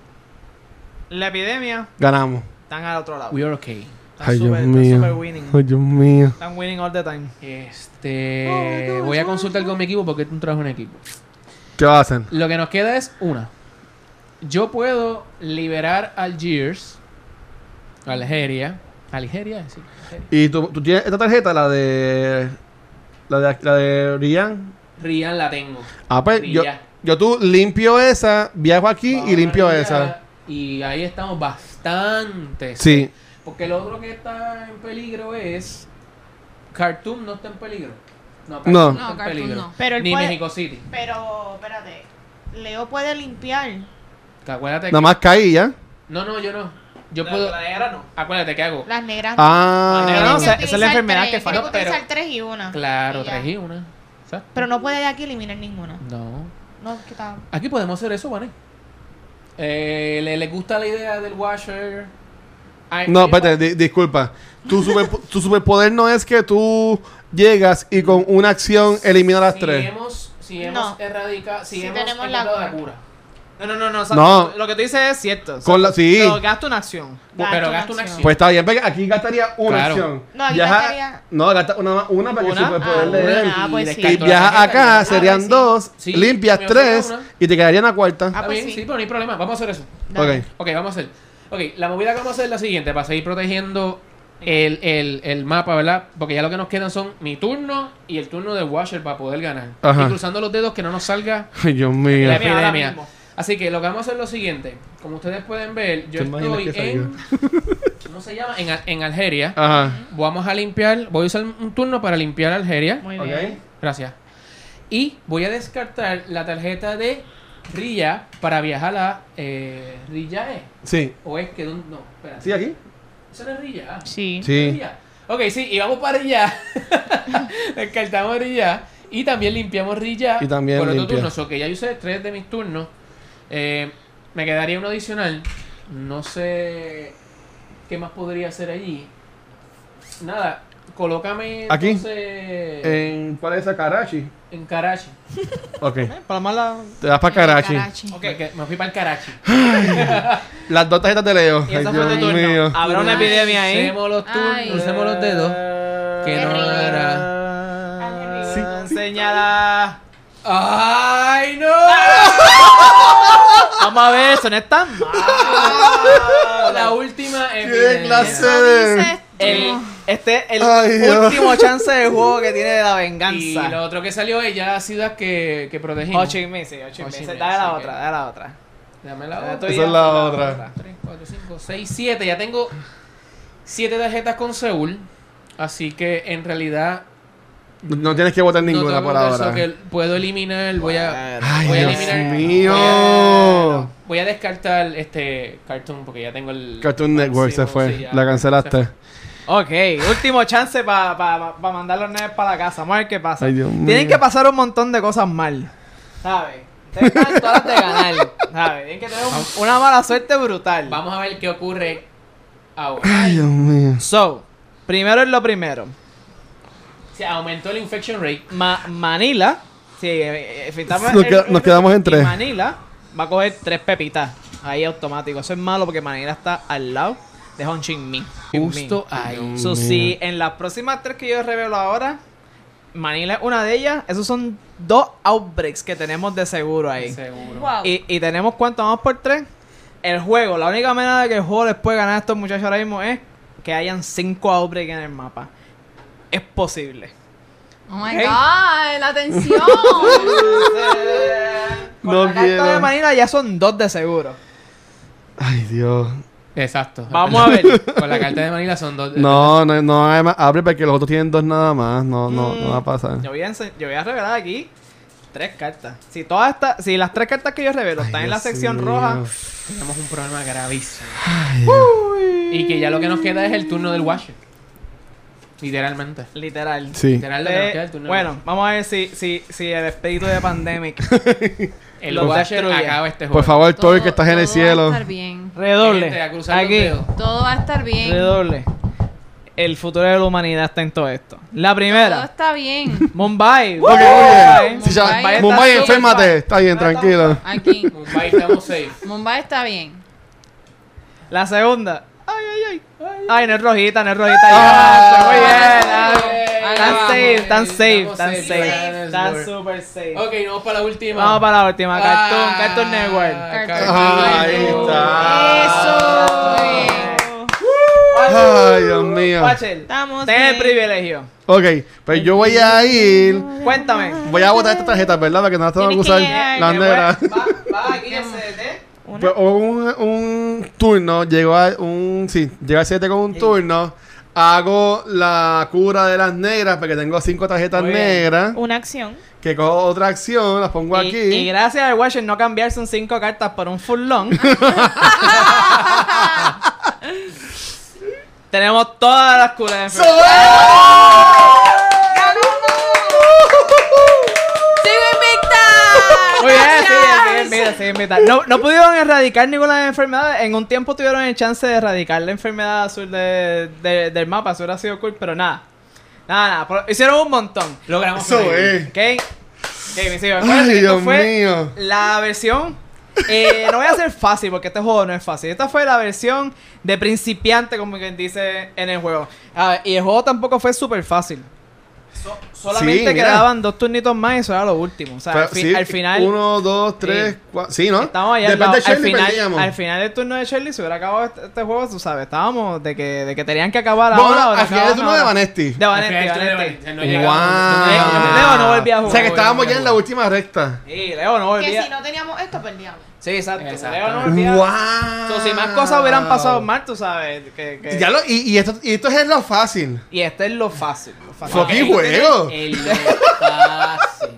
[SPEAKER 5] la epidemia,
[SPEAKER 1] Ganamos.
[SPEAKER 5] están al otro lado.
[SPEAKER 2] We are okay.
[SPEAKER 5] Están
[SPEAKER 1] Ay, Dios
[SPEAKER 5] súper- están súper
[SPEAKER 1] mío.
[SPEAKER 5] winning.
[SPEAKER 1] Ay, Dios mío.
[SPEAKER 5] Están winning all the time.
[SPEAKER 2] Este. voy a consultar con mi equipo porque es un trabajo en equipo.
[SPEAKER 1] ¿Qué vas a hacer?
[SPEAKER 2] Lo que nos queda es una. Yo puedo liberar Algiers, Algeria. Algeria, sí. Algeria.
[SPEAKER 1] ¿Y tú, tú tienes esta tarjeta, la de. La de, la de Rian?
[SPEAKER 2] Rian la tengo.
[SPEAKER 1] Ah, pues yo,
[SPEAKER 2] Rian.
[SPEAKER 1] yo tú limpio esa, viajo aquí y limpio
[SPEAKER 2] Rian,
[SPEAKER 1] esa.
[SPEAKER 2] Y ahí estamos bastante.
[SPEAKER 1] Sí.
[SPEAKER 2] Porque lo otro que está en peligro es. Khartoum no está en peligro. No,
[SPEAKER 1] No.
[SPEAKER 2] está en
[SPEAKER 4] No, Khartoum
[SPEAKER 2] peligro.
[SPEAKER 4] no.
[SPEAKER 3] Pero él
[SPEAKER 2] Ni
[SPEAKER 3] puede-
[SPEAKER 2] México City.
[SPEAKER 3] Pero, espérate. Leo puede limpiar.
[SPEAKER 2] Que acuérdate
[SPEAKER 1] Nada
[SPEAKER 2] que-
[SPEAKER 1] más caí ya.
[SPEAKER 2] No, no, yo no. Yo
[SPEAKER 5] La-
[SPEAKER 2] puedo.
[SPEAKER 5] la era no.
[SPEAKER 2] Acuérdate, ¿qué hago?
[SPEAKER 3] Las negras.
[SPEAKER 1] Ah.
[SPEAKER 5] No, no,
[SPEAKER 3] Tienen que
[SPEAKER 5] esa- esa es la
[SPEAKER 3] utilizar
[SPEAKER 5] enfermedad
[SPEAKER 3] tres,
[SPEAKER 5] que falta.
[SPEAKER 3] tienen
[SPEAKER 2] Pero-
[SPEAKER 3] utilizar tres y una.
[SPEAKER 2] Claro,
[SPEAKER 3] Y ya.
[SPEAKER 2] tres y una. Exacto.
[SPEAKER 3] Pero no puede de aquí eliminar ninguna.
[SPEAKER 2] No.
[SPEAKER 3] No, que está.
[SPEAKER 2] Aquí podemos hacer eso, ¿vale? Eh, ¿le, le gusta la idea del washer? Ah, Ay,
[SPEAKER 1] No,
[SPEAKER 2] yo-
[SPEAKER 1] espérate, di- disculpa. Tu, super, tu superpoder no es que tú llegas y con una acción eliminas las
[SPEAKER 2] si
[SPEAKER 1] tres.
[SPEAKER 2] Hemos, si hemos
[SPEAKER 3] No.
[SPEAKER 2] erradicado, si,
[SPEAKER 3] Si
[SPEAKER 2] hemos
[SPEAKER 3] tenemos la
[SPEAKER 2] encontrado
[SPEAKER 3] cura.
[SPEAKER 5] No, no, no, no. o sea,
[SPEAKER 1] No.
[SPEAKER 5] Lo que tú dices es cierto. o sea,
[SPEAKER 1] Con la- sí.
[SPEAKER 5] Pero gasta una acción.
[SPEAKER 2] pero gasta una acción.
[SPEAKER 1] Pues está bien, porque aquí gastaría una
[SPEAKER 2] Claro.
[SPEAKER 1] acción.
[SPEAKER 3] No, aquí
[SPEAKER 1] Viaja-
[SPEAKER 3] gastaría-
[SPEAKER 1] No, gasta una, más- una para que
[SPEAKER 5] Una,
[SPEAKER 1] el superpoder
[SPEAKER 3] ah,
[SPEAKER 1] de él.
[SPEAKER 3] una. Ah, pues sí. pues
[SPEAKER 1] Y
[SPEAKER 2] descarto la
[SPEAKER 1] viajas
[SPEAKER 2] tarjeta y-
[SPEAKER 1] acá,
[SPEAKER 2] Ah,
[SPEAKER 1] serían
[SPEAKER 3] sí.
[SPEAKER 1] dos,
[SPEAKER 2] Sí,
[SPEAKER 1] limpias
[SPEAKER 2] me
[SPEAKER 1] tres
[SPEAKER 2] falta una.
[SPEAKER 1] y te quedaría una cuarta.
[SPEAKER 3] Ah,
[SPEAKER 2] Está
[SPEAKER 3] pues
[SPEAKER 2] bien,
[SPEAKER 3] sí.
[SPEAKER 2] sí, pero no hay problema. Vamos a hacer eso.
[SPEAKER 3] Dale.
[SPEAKER 1] Ok.
[SPEAKER 2] Ok, vamos a hacer. Ok, la movida que vamos a hacer es la siguiente, para seguir protegiendo el, el, el mapa, ¿verdad? Porque ya lo que nos quedan son mi turno y el turno de Washer para poder ganar.
[SPEAKER 1] Ajá.
[SPEAKER 2] Y cruzando los dedos que no nos salga
[SPEAKER 1] Ay, Dios mío.
[SPEAKER 2] la
[SPEAKER 5] Mira, ahora
[SPEAKER 2] epidemia.
[SPEAKER 5] mismo.
[SPEAKER 2] Así que lo que vamos a hacer es lo siguiente. Como ustedes pueden ver, yo
[SPEAKER 1] ¿Te imaginas
[SPEAKER 2] estoy
[SPEAKER 1] que
[SPEAKER 2] en... ¿Cómo se llama? En, Al- en Algeria.
[SPEAKER 1] Ajá.
[SPEAKER 2] Vamos a limpiar... Voy a usar un turno para limpiar Algeria.
[SPEAKER 3] Muy
[SPEAKER 1] Ok.
[SPEAKER 3] bien.
[SPEAKER 2] Gracias. Y voy a descartar la tarjeta de Ria para viajar a eh, Riyae.
[SPEAKER 1] Sí.
[SPEAKER 2] ¿O es que de un- no? Espera.
[SPEAKER 1] ¿Sí aquí?
[SPEAKER 2] ¿Eso no es Riyadh?
[SPEAKER 3] Sí.
[SPEAKER 1] Sí.
[SPEAKER 2] Riyadh. Ok, sí, y vamos para Riyadh. Descartamos Riyadh. Y también limpiamos Riyadh.
[SPEAKER 1] Y también
[SPEAKER 2] Por otro
[SPEAKER 1] limpia.
[SPEAKER 2] turno. So que ya yo usé tres de mis turnos. Eh, me quedaría uno adicional. No sé qué más podría hacer allí. Nada, colócame
[SPEAKER 1] Aquí. Eh.
[SPEAKER 2] entonces,
[SPEAKER 1] ¿En cuál es esa? Karachi.
[SPEAKER 2] en Karachi.
[SPEAKER 1] Ok.
[SPEAKER 5] Eh, Para mala.
[SPEAKER 1] Te vas para Karachi.
[SPEAKER 2] Ok, me fui para el Karachi.
[SPEAKER 1] Las dos tarjetas de Leo.
[SPEAKER 5] Y
[SPEAKER 1] Ay,
[SPEAKER 5] esa fue
[SPEAKER 1] Dios
[SPEAKER 5] tu turno.
[SPEAKER 1] mío.
[SPEAKER 2] Ah.
[SPEAKER 5] Habrá una
[SPEAKER 4] Ay,
[SPEAKER 5] epidemia ahí.
[SPEAKER 2] Crucemos los turnos,
[SPEAKER 4] Ay.
[SPEAKER 2] crucemos los dedos. que
[SPEAKER 3] no
[SPEAKER 5] era.
[SPEAKER 3] Sí.
[SPEAKER 5] Enseñala.
[SPEAKER 2] ¡Ay, no!
[SPEAKER 5] Ah. Vamos a ver, eso no es tan mal.
[SPEAKER 2] La última
[SPEAKER 1] Ah. ¡Qué
[SPEAKER 2] epidemia.
[SPEAKER 1] clase
[SPEAKER 4] No
[SPEAKER 1] de...
[SPEAKER 4] dices
[SPEAKER 5] El,
[SPEAKER 4] tú.
[SPEAKER 5] este es el
[SPEAKER 1] Ay, Dios.
[SPEAKER 5] último chance de juego que tiene de la
[SPEAKER 2] Y
[SPEAKER 5] venganza.
[SPEAKER 2] lo otro que salió es ya la ciudad que, que protegimos.
[SPEAKER 5] Ocho y meses, ocho y
[SPEAKER 2] Ocho y
[SPEAKER 5] meses.
[SPEAKER 2] meses,
[SPEAKER 5] Dale la
[SPEAKER 2] ok.
[SPEAKER 5] otra, dale la otra.
[SPEAKER 2] Dame
[SPEAKER 5] Dale
[SPEAKER 2] la
[SPEAKER 5] tu
[SPEAKER 2] otra.
[SPEAKER 1] Esa
[SPEAKER 5] idea,
[SPEAKER 1] es la
[SPEAKER 5] dale
[SPEAKER 1] otra.
[SPEAKER 2] 3, 4, 5, 6, 7. Ya tengo 7 tarjetas con Seúl. Así que en realidad.
[SPEAKER 1] No tienes que votar ninguna
[SPEAKER 2] tengo
[SPEAKER 1] por
[SPEAKER 2] que usar,
[SPEAKER 1] ahora.
[SPEAKER 2] so que Puedo eliminar. Voy a.
[SPEAKER 5] Bueno.
[SPEAKER 1] Ay,
[SPEAKER 2] voy a
[SPEAKER 1] Dios
[SPEAKER 2] eliminar-
[SPEAKER 1] mío.
[SPEAKER 2] Voy a descartar este cartoon porque ya tengo el.
[SPEAKER 1] Cartoon Network se
[SPEAKER 2] archivo, sí,
[SPEAKER 1] fue.
[SPEAKER 2] ya.
[SPEAKER 1] La cancelaste.
[SPEAKER 5] Ok, último chance para mandar los nerds para la casa. Vamos a ver qué pasa.
[SPEAKER 1] Ay, Dios mío.
[SPEAKER 5] Tienen que pasar un montón de cosas mal. ¿Sabes? Ustedes están todas de ganar. ¿Sabes? Tienen que tener un- una mala suerte brutal.
[SPEAKER 2] Vamos a ver qué ocurre ahora.
[SPEAKER 1] Ay, Dios mío.
[SPEAKER 5] So, primero es lo primero.
[SPEAKER 2] Se aumentó el infection rate.
[SPEAKER 5] Ma- Manila. Sí, eh, eh, fitamos
[SPEAKER 1] Nos
[SPEAKER 5] el-
[SPEAKER 1] queda- nos quedamos en
[SPEAKER 5] y
[SPEAKER 1] tres.
[SPEAKER 5] Manila va a coger tres pepitas. Ahí automático. Eso es malo porque Manila está al lado de Hong Ching Min.
[SPEAKER 2] Justo ahí.
[SPEAKER 5] So,
[SPEAKER 1] Dios
[SPEAKER 5] si
[SPEAKER 1] mío.
[SPEAKER 5] en las próximas tres que yo revelo ahora, Manila es una de ellas, esos son dos outbreaks que tenemos de seguro ahí.
[SPEAKER 2] Seguro.
[SPEAKER 4] Wow.
[SPEAKER 5] Y, y tenemos cuánto vamos por tres. El juego, la única manera de que el juego les puede ganar a estos muchachos ahora mismo es que hayan cinco outbreaks en el mapa. Es posible.
[SPEAKER 4] Oh my
[SPEAKER 5] Hey.
[SPEAKER 4] god, la tensión.
[SPEAKER 5] Por
[SPEAKER 1] No
[SPEAKER 5] la carta
[SPEAKER 1] quiero.
[SPEAKER 5] de Manila ya son dos de seguro.
[SPEAKER 1] Ay, Dios.
[SPEAKER 2] Exacto.
[SPEAKER 5] Vamos a ver.
[SPEAKER 2] Con la carta de Manila son dos.
[SPEAKER 1] No, no, no hay más. Abre porque los otros tienen dos nada más. No, no, no va a pasar.
[SPEAKER 5] Yo voy a, ense- yo voy a revelar aquí tres cartas. Si todas estas, si las tres cartas que yo revelo están en la
[SPEAKER 1] Dios
[SPEAKER 5] sección
[SPEAKER 1] mío.
[SPEAKER 5] roja,
[SPEAKER 2] Tenemos un problema gravísimo. Y que ya lo que nos queda es el turno del Washer. Literalmente.
[SPEAKER 5] literal.
[SPEAKER 1] Sí.
[SPEAKER 2] Literal, lo que nos
[SPEAKER 5] Eh,
[SPEAKER 2] queda es el turno del
[SPEAKER 5] bueno, vamos a ver si, si, si el espíritu de Pandemic
[SPEAKER 2] Washer. El
[SPEAKER 5] lo
[SPEAKER 2] Washer
[SPEAKER 5] destruye.
[SPEAKER 2] acaba este juego.
[SPEAKER 1] Por favor, Tori, que estás en el
[SPEAKER 4] todo Va
[SPEAKER 1] cielo.
[SPEAKER 4] a estar bien.
[SPEAKER 2] Gente,
[SPEAKER 5] redoble.
[SPEAKER 2] a cruzar los
[SPEAKER 5] Aquí,
[SPEAKER 2] dedos.
[SPEAKER 4] Todo va a estar bien.
[SPEAKER 5] redoble. El futuro de la humanidad está en todo esto. La
[SPEAKER 4] Todo
[SPEAKER 5] primera,
[SPEAKER 4] está bien.
[SPEAKER 5] Mumbai.
[SPEAKER 1] Ok,
[SPEAKER 5] Mumbai.
[SPEAKER 1] oye. Si ya-
[SPEAKER 4] Mumbai
[SPEAKER 1] Mumbai,
[SPEAKER 4] está
[SPEAKER 5] bien.
[SPEAKER 1] enférmate. Está bien, tranquilo.
[SPEAKER 4] Aquí.
[SPEAKER 2] Mumbai, estamos safe.
[SPEAKER 4] Mumbai está bien.
[SPEAKER 5] La segunda. Ay, ay, Ah. ay. Ay, no es rojita, no es rojita. ya. pues Muy bien. ah.
[SPEAKER 2] Yay.
[SPEAKER 5] Están safe, están safe,
[SPEAKER 2] Estamos
[SPEAKER 5] están safe.
[SPEAKER 2] Johannesburg.
[SPEAKER 5] Están super safe.
[SPEAKER 2] Ok, vamos para la última.
[SPEAKER 5] Vamos para la última. Cartoon,
[SPEAKER 2] Ah,
[SPEAKER 5] Cartoon Network.
[SPEAKER 2] Cartoon
[SPEAKER 1] Ah, ahí
[SPEAKER 2] Network.
[SPEAKER 1] está.
[SPEAKER 4] Eso,
[SPEAKER 2] Eso.
[SPEAKER 1] Ay, Dios mío.
[SPEAKER 5] Pachel,
[SPEAKER 3] Estamos
[SPEAKER 5] ten el
[SPEAKER 3] bien.
[SPEAKER 5] privilegio.
[SPEAKER 1] Ok, pues yo voy a ir.
[SPEAKER 5] Cuéntame.
[SPEAKER 1] Voy a botar estas tarjetas, ¿verdad? Para que no las tengo que
[SPEAKER 3] Tienes
[SPEAKER 1] usar.
[SPEAKER 3] que llegar.
[SPEAKER 1] La negra.
[SPEAKER 5] Pues, va aquí SD.
[SPEAKER 3] Una-
[SPEAKER 1] Pues hubo un, un turno, llegó a un. Sí, llega a 7 con un turno. Hago la cura de las negras porque tengo cinco tarjetas
[SPEAKER 5] Muy bien.
[SPEAKER 1] negras.
[SPEAKER 3] Una acción.
[SPEAKER 1] Que cojo otra acción, las pongo
[SPEAKER 5] Y,
[SPEAKER 1] aquí.
[SPEAKER 5] y gracias al Watcher no cambiarse un 5 cartas por un full long. Tenemos todas las curas de enfermedad.
[SPEAKER 4] ¡Sigo invicta!
[SPEAKER 5] Muy bien, sí, sí, mira, sí, mira. No, no pudieron erradicar ninguna enfermedad. En un tiempo tuvieron el chance de erradicar la enfermedad azul de- de- del mapa. Eso hubiera sido cool, pero nada. Nada, nada. pero hicieron un montón.
[SPEAKER 2] Logramos
[SPEAKER 1] Eso
[SPEAKER 2] sobrevivir.
[SPEAKER 1] es.
[SPEAKER 5] ¿Ok? Ok, mis hijos, acuérdense
[SPEAKER 1] Ay,
[SPEAKER 5] que esto
[SPEAKER 1] Dios
[SPEAKER 5] fue
[SPEAKER 1] mío.
[SPEAKER 5] La versión. eh, no voy a hacer fácil porque este juego no es fácil. Esta fue la versión de principiante, como quien dice en el juego. Ah, y el juego tampoco fue súper fácil. So- solamente
[SPEAKER 1] Sí, mira.
[SPEAKER 5] quedaban dos turnitos más y eso era lo último. O sea, al,
[SPEAKER 1] Pero
[SPEAKER 5] fi-
[SPEAKER 1] Pues, sí,
[SPEAKER 5] al final.
[SPEAKER 1] Uno, dos, tres,
[SPEAKER 5] Sí.
[SPEAKER 1] cuatro. Sí, ¿no?
[SPEAKER 5] Estábamos allá al
[SPEAKER 1] Después de pues,
[SPEAKER 5] lado. al,
[SPEAKER 1] Shirley
[SPEAKER 5] final,
[SPEAKER 1] perdíamos.
[SPEAKER 5] al final del turno de Shirley se hubiera acabado este, este juego, tú sabes. Estábamos de que, de que tenían que acabar
[SPEAKER 1] Bueno,
[SPEAKER 5] ahora. o
[SPEAKER 1] al final
[SPEAKER 5] acababan
[SPEAKER 1] es uno de
[SPEAKER 5] ahora.
[SPEAKER 1] Vanesti.
[SPEAKER 5] De Vanetti,
[SPEAKER 2] Al final,
[SPEAKER 5] Vanetti.
[SPEAKER 2] Vanetti, no
[SPEAKER 1] Wow.
[SPEAKER 2] llegamos.
[SPEAKER 5] No, Leo no volvía a
[SPEAKER 1] O sea que
[SPEAKER 5] jugar,
[SPEAKER 1] estábamos
[SPEAKER 5] volvía
[SPEAKER 1] ya
[SPEAKER 5] a
[SPEAKER 1] en la
[SPEAKER 5] jugar.
[SPEAKER 1] última recta.
[SPEAKER 5] Sí, Leo no
[SPEAKER 3] Que
[SPEAKER 5] volvía.
[SPEAKER 3] si no teníamos esto, perdíamos.
[SPEAKER 5] Sí, exacto.
[SPEAKER 2] Exacto.
[SPEAKER 5] Leo no volvía.
[SPEAKER 1] ¡Wow!
[SPEAKER 5] So, si más cosas hubieran pasado mal, tú sabes. Que, que-
[SPEAKER 1] Ya lo, y, y esto, y esto es lo fácil.
[SPEAKER 5] Y este es lo fácil. Lo fácil.
[SPEAKER 1] Fucking
[SPEAKER 2] Ok,
[SPEAKER 1] juego.
[SPEAKER 2] El fácil.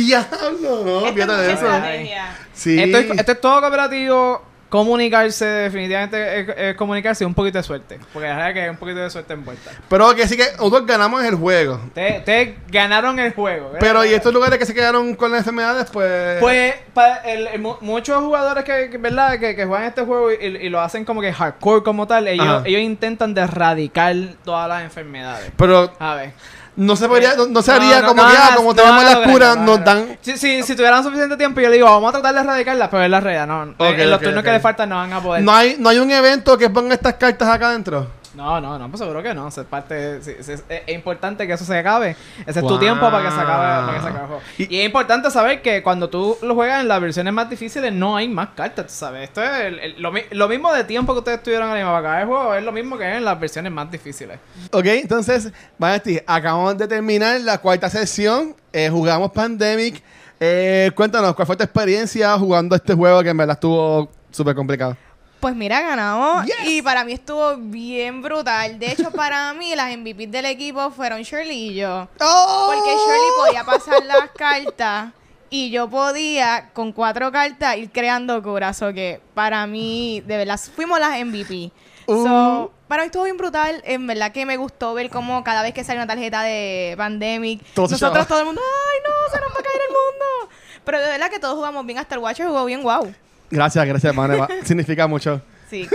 [SPEAKER 1] Diablo, no,
[SPEAKER 3] Esto
[SPEAKER 1] fíjate de
[SPEAKER 3] es una
[SPEAKER 1] eso.
[SPEAKER 3] estrategia.
[SPEAKER 1] Sí.
[SPEAKER 5] Esto, es, esto es todo cooperativo. Comunicarse, definitivamente es, es comunicarse y un poquito de suerte. Porque la verdad es que hay un poquito de suerte envuelta.
[SPEAKER 1] Pero que sí que nosotros ganamos el juego.
[SPEAKER 5] Ustedes, ustedes ganaron el juego. ¿verdad?
[SPEAKER 1] Pero y estos lugares que se quedaron con las enfermedades, pues.
[SPEAKER 5] Pues pa- el- el mu- muchos jugadores que, que, ¿verdad? que, que juegan este juego y, y lo hacen como que hardcore como tal, ellos,
[SPEAKER 1] Ajá.
[SPEAKER 5] ellos intentan de erradicar todas las enfermedades.
[SPEAKER 1] Pero
[SPEAKER 5] A ver.
[SPEAKER 1] no se podría, no, no se haría
[SPEAKER 5] No, no,
[SPEAKER 1] como
[SPEAKER 5] no
[SPEAKER 1] que, ah,
[SPEAKER 5] las-
[SPEAKER 1] como
[SPEAKER 5] no
[SPEAKER 1] tenemos
[SPEAKER 5] las
[SPEAKER 1] la cura,
[SPEAKER 5] logran, no
[SPEAKER 1] nos
[SPEAKER 5] las
[SPEAKER 1] dan.
[SPEAKER 5] Si, si, si tuvieran suficiente tiempo, yo le digo, vamos a tratar de erradicarlas, pero es la realidad, no.
[SPEAKER 1] Ok,
[SPEAKER 5] en los
[SPEAKER 1] ok,
[SPEAKER 5] turnos
[SPEAKER 1] ok.
[SPEAKER 5] que le faltan no van a poder.
[SPEAKER 1] No hay, no hay un evento que ponga estas cartas acá adentro.
[SPEAKER 5] No, no, no, pues seguro que no. eso es parte, sí, sí, es, es importante que eso se acabe. Ese es tu
[SPEAKER 1] Wow.
[SPEAKER 5] tiempo para que se acabe, para que se acabe el juego. Y, es importante saber que cuando tú lo juegas en las versiones más difíciles no hay más cartas, tú sabes. Esto es el- el- lo, mi- lo mismo de tiempo que ustedes tuvieron animado para acabar el juego, es lo mismo que en las versiones más difíciles.
[SPEAKER 1] Ok, entonces, Vanesti, acabamos de terminar la cuarta sesión. eh, jugamos Pandemic. Eh, cuéntanos, ¿cuál fue tu experiencia jugando este juego que en verdad estuvo súper complicado?
[SPEAKER 3] Pues mira, ganamos.
[SPEAKER 1] Yes.
[SPEAKER 3] Y para mí estuvo bien brutal. De hecho, para mí, las MVPs del equipo fueron Shirley y yo. Oh. Porque Shirley
[SPEAKER 1] Oh.
[SPEAKER 3] podía pasar las cartas y yo podía, con cuatro cartas, ir creando curas. O que para mí, de verdad, fuimos las MVP.
[SPEAKER 1] Uh-huh.
[SPEAKER 3] So, para mí estuvo bien brutal. En verdad que me gustó ver cómo cada vez que sale una tarjeta de Pandemic,
[SPEAKER 1] Todo se echaba.
[SPEAKER 3] nosotros todo el mundo, ¡ay no! Se nos va a caer el mundo. Pero de verdad que todos jugamos bien. Hasta el Watcher jugó bien, wow.
[SPEAKER 1] Gracias, gracias, Maneva. Significa mucho.
[SPEAKER 3] Sí.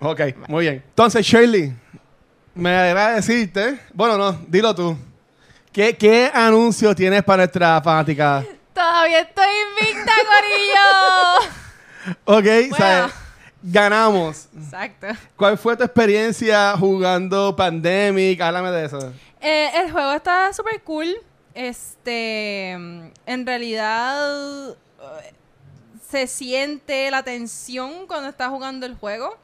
[SPEAKER 1] Ok, muy bien. Entonces, Shirley, me alegra decirte. Bueno, no, dilo tú. ¿Qué, qué anuncio tienes para nuestra fanática?
[SPEAKER 4] Todavía estoy invicta, gorillo.
[SPEAKER 1] Ok, ¿sabes? Ganamos.
[SPEAKER 4] Exacto.
[SPEAKER 1] ¿Cuál fue tu experiencia jugando Pandemic? Háblame de eso.
[SPEAKER 4] Eh, el juego está súper cool. Este, mm, en realidad eh, se siente la tensión cuando estás jugando el juego.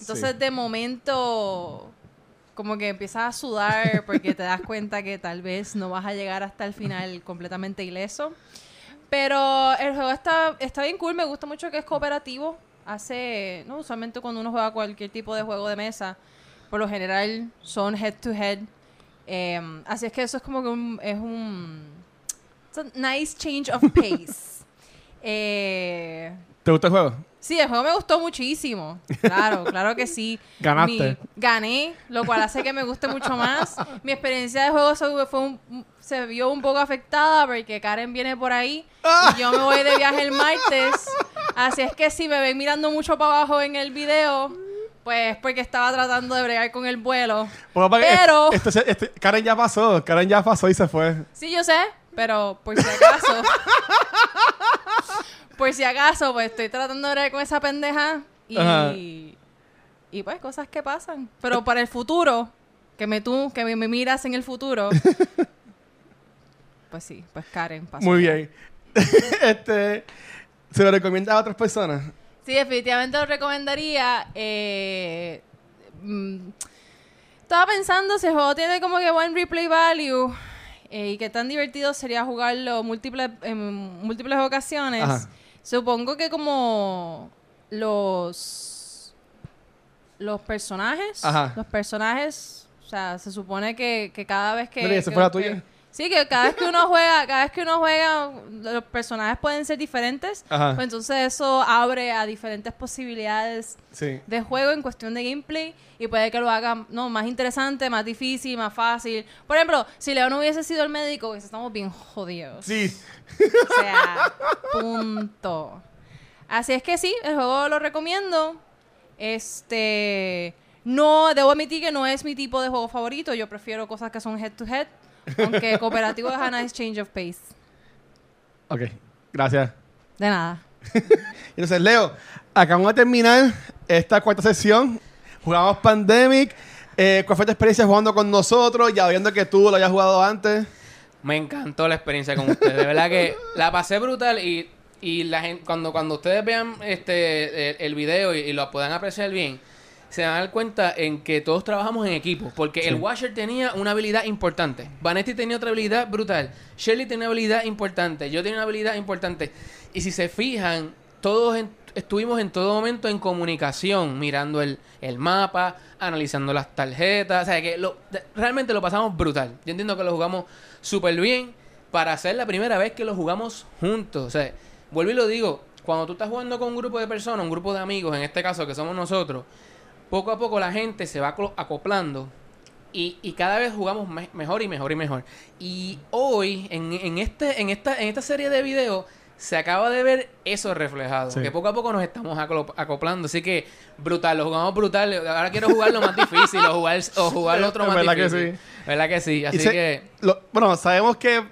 [SPEAKER 4] Entonces, de momento como que empiezas a sudar porque te das cuenta que tal vez no vas a llegar hasta el final completamente ileso. Pero el juego está, está bien cool, me gusta mucho que es cooperativo. Hace, no, usualmente cuando uno juega cualquier tipo de juego de mesa, por lo general son head to head. Em, así es que eso es como que un, es un it's a nice change of pace. Eh,
[SPEAKER 1] ¿Te gusta el juego?
[SPEAKER 4] Sí, el juego me gustó muchísimo. Claro, claro que sí.
[SPEAKER 1] Ganaste.
[SPEAKER 4] Mi- gané, lo cual hace que me guste mucho más. Mi experiencia de juego se, fue un- se vio un poco afectada porque Karen viene por ahí y yo me voy de viaje el martes. Así es que si me ven mirando mucho para abajo en el video, pues es porque estaba tratando de bregar con el vuelo.
[SPEAKER 1] Bueno, para que-
[SPEAKER 4] Pero-
[SPEAKER 1] este- este- este- Karen ya pasó, Karen ya pasó y se fue.
[SPEAKER 4] Sí, yo sé, pero por si acaso. por si acaso, pues estoy tratando de bregar con esa pendeja y.
[SPEAKER 1] Ajá.
[SPEAKER 4] Y pues cosas que pasan. Pero para el futuro, que me tú, que me, me miras en el futuro. pues sí, pues Karen pasó.
[SPEAKER 1] Muy bien. este, ¿Se lo recomienda a otras personas?
[SPEAKER 4] Sí, definitivamente lo recomendaría. eh, mm, estaba pensando si el juego tiene como que buen replay value eh, y qué tan divertido sería jugarlo múltiples, en múltiples ocasiones.
[SPEAKER 1] Ajá.
[SPEAKER 4] Supongo que como los los personajes,
[SPEAKER 1] Ajá.
[SPEAKER 4] los personajes, o sea, se supone que, que cada vez que
[SPEAKER 1] Mira, ¿y esa
[SPEAKER 4] que-
[SPEAKER 1] fue la
[SPEAKER 4] que-
[SPEAKER 1] tuya?
[SPEAKER 4] Sí, que cada vez que uno juega, cada vez que uno juega, los personajes pueden ser diferentes.
[SPEAKER 1] Ajá.
[SPEAKER 4] Pues entonces eso abre a diferentes posibilidades
[SPEAKER 1] Sí.
[SPEAKER 4] de juego en cuestión de gameplay y puede que lo hagan no, más interesante, más difícil, más fácil. Por ejemplo, si León hubiese sido el médico, pues, estamos bien jodidos.
[SPEAKER 1] Sí.
[SPEAKER 4] O sea, punto. Así es que sí, el juego lo recomiendo. Este. No, debo admitir que no es mi tipo de juego favorito. Yo prefiero cosas que son head to head. Aunque cooperativo es a nice change of pace.
[SPEAKER 1] Ok, gracias.
[SPEAKER 4] De nada.
[SPEAKER 1] Entonces, Leo, acabamos de terminar esta cuarta sesión. Jugamos Pandemic. Eh, ¿Cuál fue tu experiencia jugando con nosotros? Ya viendo que tú lo hayas jugado antes.
[SPEAKER 2] Me encantó la experiencia con ustedes. De verdad que la pasé brutal y, y la gente, cuando, cuando ustedes vean este el, el video y, y lo puedan apreciar bien, se van a dar cuenta en que todos trabajamos en equipo. Porque el Washer tenía una habilidad importante. Vanetti tenía otra habilidad brutal. Shirley tenía una habilidad importante. Yo tenía una habilidad importante. Y si se fijan, todos en- estuvimos en todo momento en comunicación, mirando el, el mapa, analizando las tarjetas. O sea, que lo- de- realmente lo pasamos brutal. Yo entiendo que lo jugamos súper bien para ser la primera vez que lo jugamos juntos. O sea, vuelvo y lo digo, cuando tú estás jugando con un grupo de personas, un grupo de amigos, en este caso que somos nosotros, poco a poco la gente se va aclo- acoplando y, y cada vez jugamos me- mejor y mejor y mejor. Y hoy, en, en este, en, esta, en esta serie de videos, se acaba de ver eso reflejado.
[SPEAKER 1] Sí.
[SPEAKER 2] Que poco a poco nos estamos aclo- acoplando. Así que brutal, lo jugamos brutal. Ahora quiero jugar lo más difícil o jugar, o jugar lo otro
[SPEAKER 1] Es
[SPEAKER 2] más
[SPEAKER 1] verdad que
[SPEAKER 2] difícil. ¿Verdad que sí? Así
[SPEAKER 1] Y se-
[SPEAKER 2] que...
[SPEAKER 1] lo- bueno, sabemos que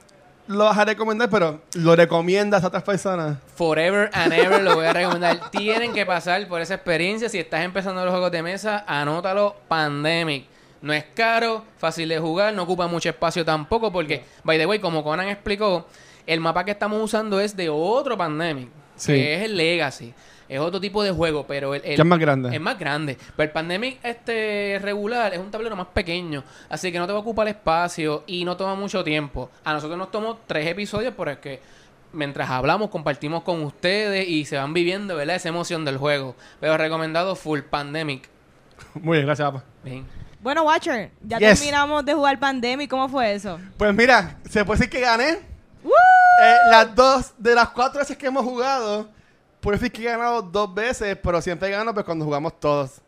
[SPEAKER 1] lo vas a recomendar, pero ¿lo recomiendas a otras personas?
[SPEAKER 2] Forever and ever lo voy a recomendar. Tienen que pasar por esa experiencia. Si estás empezando los juegos de mesa, anótalo Pandemic. No es caro, fácil de jugar, no ocupa mucho espacio tampoco, porque, by the way, como Conan explicó, el mapa que estamos usando es de otro Pandemic,
[SPEAKER 1] Sí.
[SPEAKER 2] que es el Legacy. Es otro tipo de juego, pero el, em- el-
[SPEAKER 1] Que es más grande.
[SPEAKER 2] es más grande. Pero el Pandemic este, regular es un tablero más pequeño. Así que no te va a ocupar espacio y no toma mucho tiempo. A nosotros nos tomó tres episodios por el que mientras hablamos, compartimos con ustedes y se van viviendo, ¿verdad? Esa emoción del juego. Pero recomendado full Pandemic.
[SPEAKER 1] Muy bien, gracias, papá.
[SPEAKER 2] Bien.
[SPEAKER 6] Bueno, Watcher, ya
[SPEAKER 1] Yes.
[SPEAKER 6] terminamos de jugar Pandemic. ¿Cómo fue eso?
[SPEAKER 1] Pues mira, se puede decir que gané. Eh, las dos, de las cuatro veces que hemos jugado, puedo decir que he ganado dos veces, pero siempre gano pues cuando jugamos todos.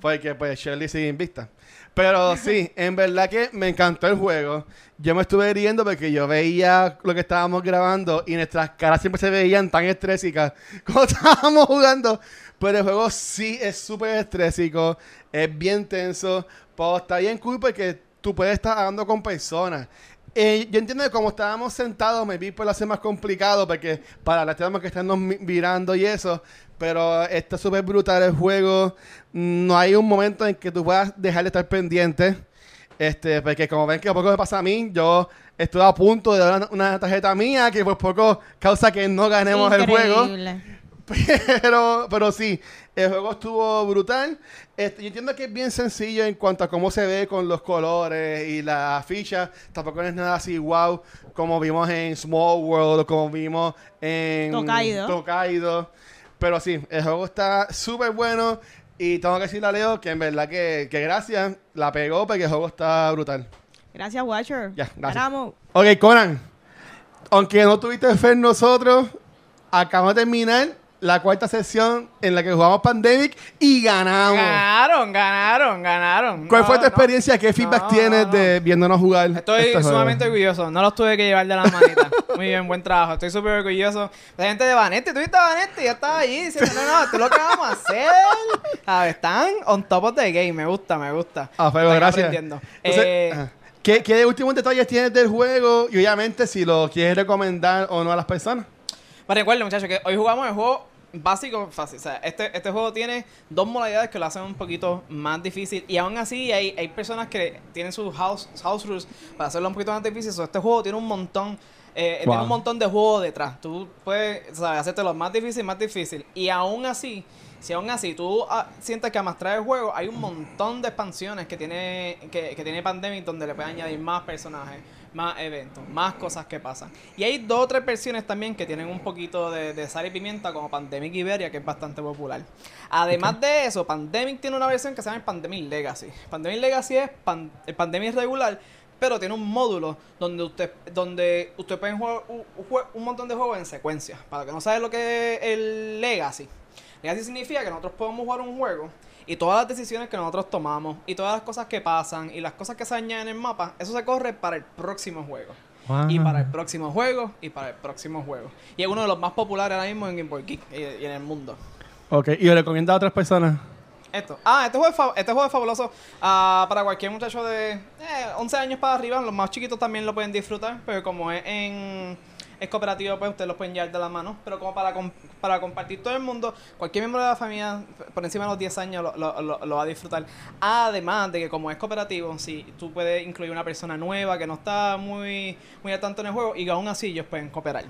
[SPEAKER 1] Porque pues Shirley sigue invicta. Pero sí, en verdad que me encantó el juego. Yo me estuve riendo porque yo veía lo que estábamos grabando y nuestras caras siempre se veían tan estrésicas como estábamos jugando. Pero el juego sí es súper estrésico, es bien tenso, pero está bien cool porque tú puedes estar hablando con personas. Eh, yo entiendo que como estábamos sentados, me vi por lo hace más complicado porque para las tenemos que estarnos mi- mirando y eso. Pero está súper brutal el juego. No hay un momento en que tú puedas dejar de estar pendiente. Este, porque como ven que por poco me pasa a mí, yo estuve a punto de dar una, una tarjeta mía que por poco causa que no ganemos el juego.
[SPEAKER 6] Increíble.
[SPEAKER 1] Pero, pero sí, el juego estuvo brutal. Este, yo entiendo que es bien sencillo en cuanto a cómo se ve con los colores y las fichas. Tampoco es nada así wow como vimos en Small World o como vimos en
[SPEAKER 6] Tokaido.
[SPEAKER 1] Tokaido. Pero sí, el juego está súper bueno. Y tengo que decirle a Leo que en verdad que, que gracias, la pegó porque el juego está brutal.
[SPEAKER 6] Gracias, Watcher.
[SPEAKER 1] Ya, gracias.
[SPEAKER 6] Ganamos.
[SPEAKER 1] Ok, Conan. Aunque no tuviste fe en nosotros, acabamos de terminar la cuarta sesión en la que jugamos Pandemic y ganamos.
[SPEAKER 5] Ganaron, ganaron, ganaron.
[SPEAKER 1] ¿Cuál
[SPEAKER 5] No,
[SPEAKER 1] fue tu
[SPEAKER 5] Ah, no.
[SPEAKER 1] experiencia? ¿Qué feedback
[SPEAKER 5] No,
[SPEAKER 1] tienes
[SPEAKER 5] no.
[SPEAKER 1] de viéndonos jugar?
[SPEAKER 5] Estoy
[SPEAKER 1] este juego?
[SPEAKER 5] sumamente orgulloso. No los tuve que llevar de la manita. Muy bien, buen trabajo. Estoy súper orgulloso. La gente de Vanetti, tú viste a Vanetti, ya estaba allí diciendo, no, no, esto es lo que vamos a hacer. A ver, están on top of the game. Me gusta, me gusta.
[SPEAKER 1] Ah, pero
[SPEAKER 5] Están
[SPEAKER 1] gracias.
[SPEAKER 5] aprendiendo.
[SPEAKER 1] Entonces,
[SPEAKER 5] Eh,
[SPEAKER 1] ajá. ¿Qué, ¿Qué últimos detalles tienes del juego? Y obviamente si lo quieres recomendar o no a las personas.
[SPEAKER 5] Pues recuerden, muchachos, que hoy jugamos el juego básico fácil. O sea, este, este juego tiene dos modalidades que lo hacen un poquito más difícil. Y aún así, hay, hay personas que tienen sus house, house rules para hacerlo un poquito más difícil. So, este juego tiene un montón. eh,
[SPEAKER 1] Wow.
[SPEAKER 5] Tiene un montón de juegos detrás. Tú puedes ¿sabes? hacerte lo más difícil, más difícil. Y aún así, si aún así tú ah, sientes que amastrar el juego, hay un montón de expansiones que tiene, que, que tiene Pandemic donde le puedes añadir más personajes, más eventos, más cosas que pasan. Y hay dos o tres versiones también que tienen un poquito de, de sal y pimienta, como Pandemic Iberia, que es bastante popular. Además de eso, Pandemic tiene una versión que se llama Pandemic Legacy. Pandemic Legacy es pan- el Pandemic regular, pero tiene un módulo donde usted donde usted puede jugar un, un jue- un montón de juegos en secuencia. Para que no sabe lo que es el Legacy. Legacy significa que nosotros podemos jugar un juego y todas las decisiones que nosotros tomamos y todas las cosas que pasan y las cosas que se añaden en el mapa, eso se corre para el próximo juego. Y para el próximo juego, y para el próximo juego. Y es uno de los más populares ahora mismo en Game Boy Geek y, y en el mundo.
[SPEAKER 1] Ok, y lo recomienda a otras personas.
[SPEAKER 5] Esto. Ah, este juego es, fa- este juego es fabuloso ah, para cualquier muchacho de eh, 11 años para arriba. Los más chiquitos también lo pueden disfrutar, pero como es en es cooperativo, pues ustedes los pueden llevar de la mano. Pero como para, com- para compartir todo el mundo, cualquier miembro de la familia por encima de los 10 años lo, lo- lo- lo va a disfrutar. Además de que como es cooperativo, si tú puedes incluir una persona nueva que no está muy, muy al tanto en el juego y que aún así ellos pueden cooperar.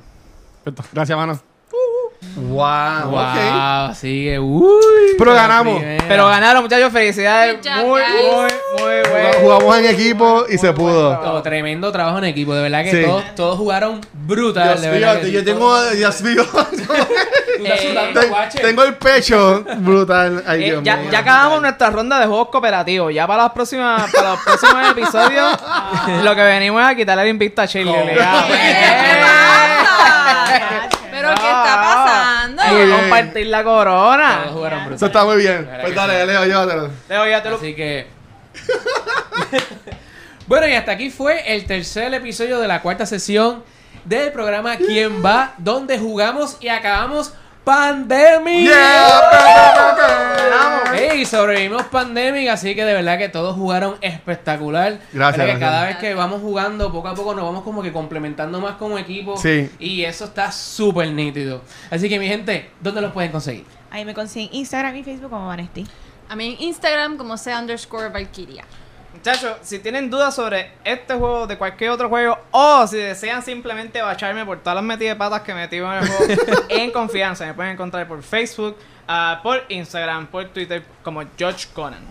[SPEAKER 1] Perfecto. Gracias, mano.
[SPEAKER 5] Uh,
[SPEAKER 2] Wow,
[SPEAKER 1] Ah, ok.
[SPEAKER 2] sigue. Uy,
[SPEAKER 1] Pero
[SPEAKER 2] la
[SPEAKER 1] ganamos.
[SPEAKER 2] primera.
[SPEAKER 5] Pero ganaron, muchachos. Felicidades.
[SPEAKER 4] Good job,
[SPEAKER 5] muy,
[SPEAKER 4] guys.
[SPEAKER 5] muy, muy bueno.
[SPEAKER 1] Jugamos en equipo y
[SPEAKER 5] Muy
[SPEAKER 1] se
[SPEAKER 5] buen
[SPEAKER 1] pudo.
[SPEAKER 5] trabajo.
[SPEAKER 2] Oh, tremendo trabajo en equipo, de verdad que
[SPEAKER 1] Sí.
[SPEAKER 2] todos, todos jugaron brutal.
[SPEAKER 1] Dios
[SPEAKER 2] de
[SPEAKER 1] mío,
[SPEAKER 2] verdad que sí. eh,
[SPEAKER 1] yo tengo, Dios mío,
[SPEAKER 2] Tú estás sudando,
[SPEAKER 1] ten-
[SPEAKER 2] guache.
[SPEAKER 1] tengo el pecho brutal. Ay,
[SPEAKER 5] Eh,
[SPEAKER 1] Dios
[SPEAKER 5] ya,
[SPEAKER 1] mío.
[SPEAKER 5] ya acabamos nuestra ronda de juegos cooperativos. Ya para los próximos, para los próximos episodios, lo que venimos es a quitarle el invicto a Eh, Chile.
[SPEAKER 2] Correcto.
[SPEAKER 5] legado.
[SPEAKER 4] ¿Qué pasa? ¿Pero qué está pasando?
[SPEAKER 5] Hay que compartir la
[SPEAKER 2] Todos
[SPEAKER 5] corona.
[SPEAKER 2] jugaron
[SPEAKER 1] Eso
[SPEAKER 2] brutal.
[SPEAKER 1] está muy bien.
[SPEAKER 2] Verdad
[SPEAKER 1] Pues
[SPEAKER 2] que
[SPEAKER 1] dale,
[SPEAKER 2] sí.
[SPEAKER 1] Leo, llévatelo.
[SPEAKER 5] Leo, ya te lo-
[SPEAKER 2] Así que. bueno, y hasta aquí fue el tercer episodio de la cuarta sesión del programa ¿Quién va? Donde jugamos y acabamos Pandemic.
[SPEAKER 1] Yeah.
[SPEAKER 2] Ey, sobrevivimos pandemic, así que de verdad que todos jugaron espectacular.
[SPEAKER 1] Gracias,
[SPEAKER 2] Creo que
[SPEAKER 1] gracias.
[SPEAKER 2] Cada vez que vamos jugando, poco a poco nos vamos como que complementando más como equipo.
[SPEAKER 1] Sí.
[SPEAKER 2] Y eso está súper nítido. Así que, mi gente, ¿dónde los pueden conseguir?
[SPEAKER 6] Ahí me consiguen Instagram y Facebook como Vanesti.
[SPEAKER 4] A mí en Instagram como sea underscore Valkyria.
[SPEAKER 5] Muchachos, si tienen dudas sobre este juego, de cualquier otro juego, o si desean simplemente bacharme por todas las metidas de patas que metí en el juego, en confianza, me pueden encontrar por Facebook, ah, por Instagram, por Twitter, como George Conan.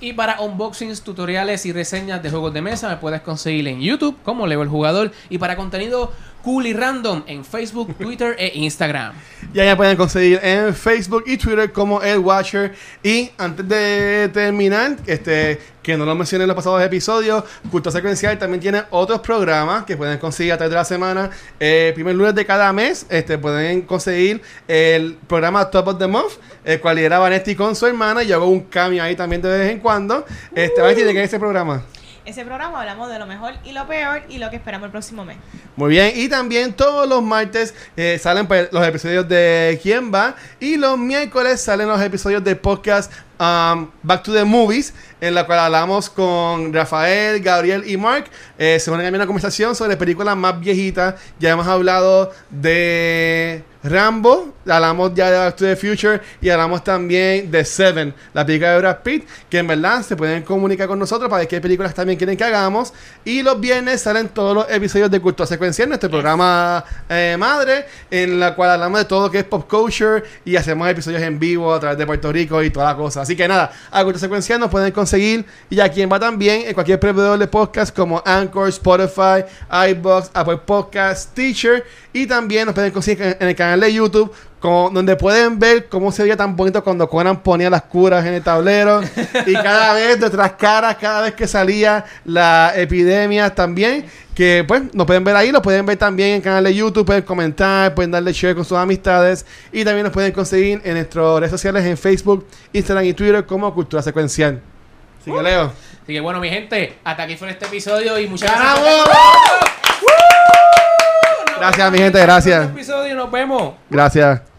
[SPEAKER 2] Y para unboxings, tutoriales y reseñas de juegos de mesa me puedes conseguir en YouTube como Leo el Jugador y para contenido cool y random en Facebook, Twitter e Instagram.
[SPEAKER 1] Ya me pueden conseguir en Facebook y Twitter como El Watcher. Y antes de terminar, este, que no lo mencioné en los pasados episodios, Cultura Secuencial también tiene otros programas que pueden conseguir a través de la semana. Eh, primer lunes de cada mes este, pueden conseguir el programa Top of the Month, el cual lidera Vanetti con su hermana. Y yo hago un cambio ahí también de vez en cuando. Este, Vanetti, ¿de qué es ese programa?
[SPEAKER 6] Ese programa hablamos de lo mejor y lo peor y lo que esperamos el próximo mes.
[SPEAKER 1] Muy bien, y también todos los martes eh, salen pues, los episodios de ¿Quién va? Y los miércoles salen los episodios de podcast um, Back to the Movies, en la cual hablamos con Rafael, Gabriel y Mark. Eh, se van a una conversación sobre películas más viejitas. Ya hemos hablado de Rambo, hablamos ya de Back to the Future y hablamos también de Seven, la película de Brad Pitt, que en verdad se pueden comunicar con nosotros para ver qué películas también quieren que hagamos. Y los viernes salen todos los episodios de Cultura Secuencial, nuestro programa eh, madre, en la cual hablamos de todo lo que es pop culture y hacemos episodios en vivo a través de Puerto Rico y toda la cosa. Así que nada, a Cultura Secuencial nos pueden conseguir y aquí en va también en cualquier proveedor de podcast como Anchor, Spotify, iBox, Apple Podcast, Teacher y también nos pueden conseguir en en el canal de YouTube como- donde pueden ver cómo se veía tan bonito cuando Conan ponía las curas en el tablero y cada vez nuestras caras, cada vez que salía la epidemia también, que pues nos pueden ver ahí, lo pueden ver también en el canal de YouTube, pueden comentar, pueden darle share con sus amistades y también nos pueden conseguir en nuestras redes sociales en Facebook, Instagram y Twitter como Cultura Secuencial. Así que Leo.
[SPEAKER 2] Así que bueno, mi gente, hasta aquí fue este episodio y muchas gracias. por-
[SPEAKER 1] ¡Ganamos! Gracias, mi gente, gracias.
[SPEAKER 2] Este episodio y nos vemos.
[SPEAKER 1] Gracias.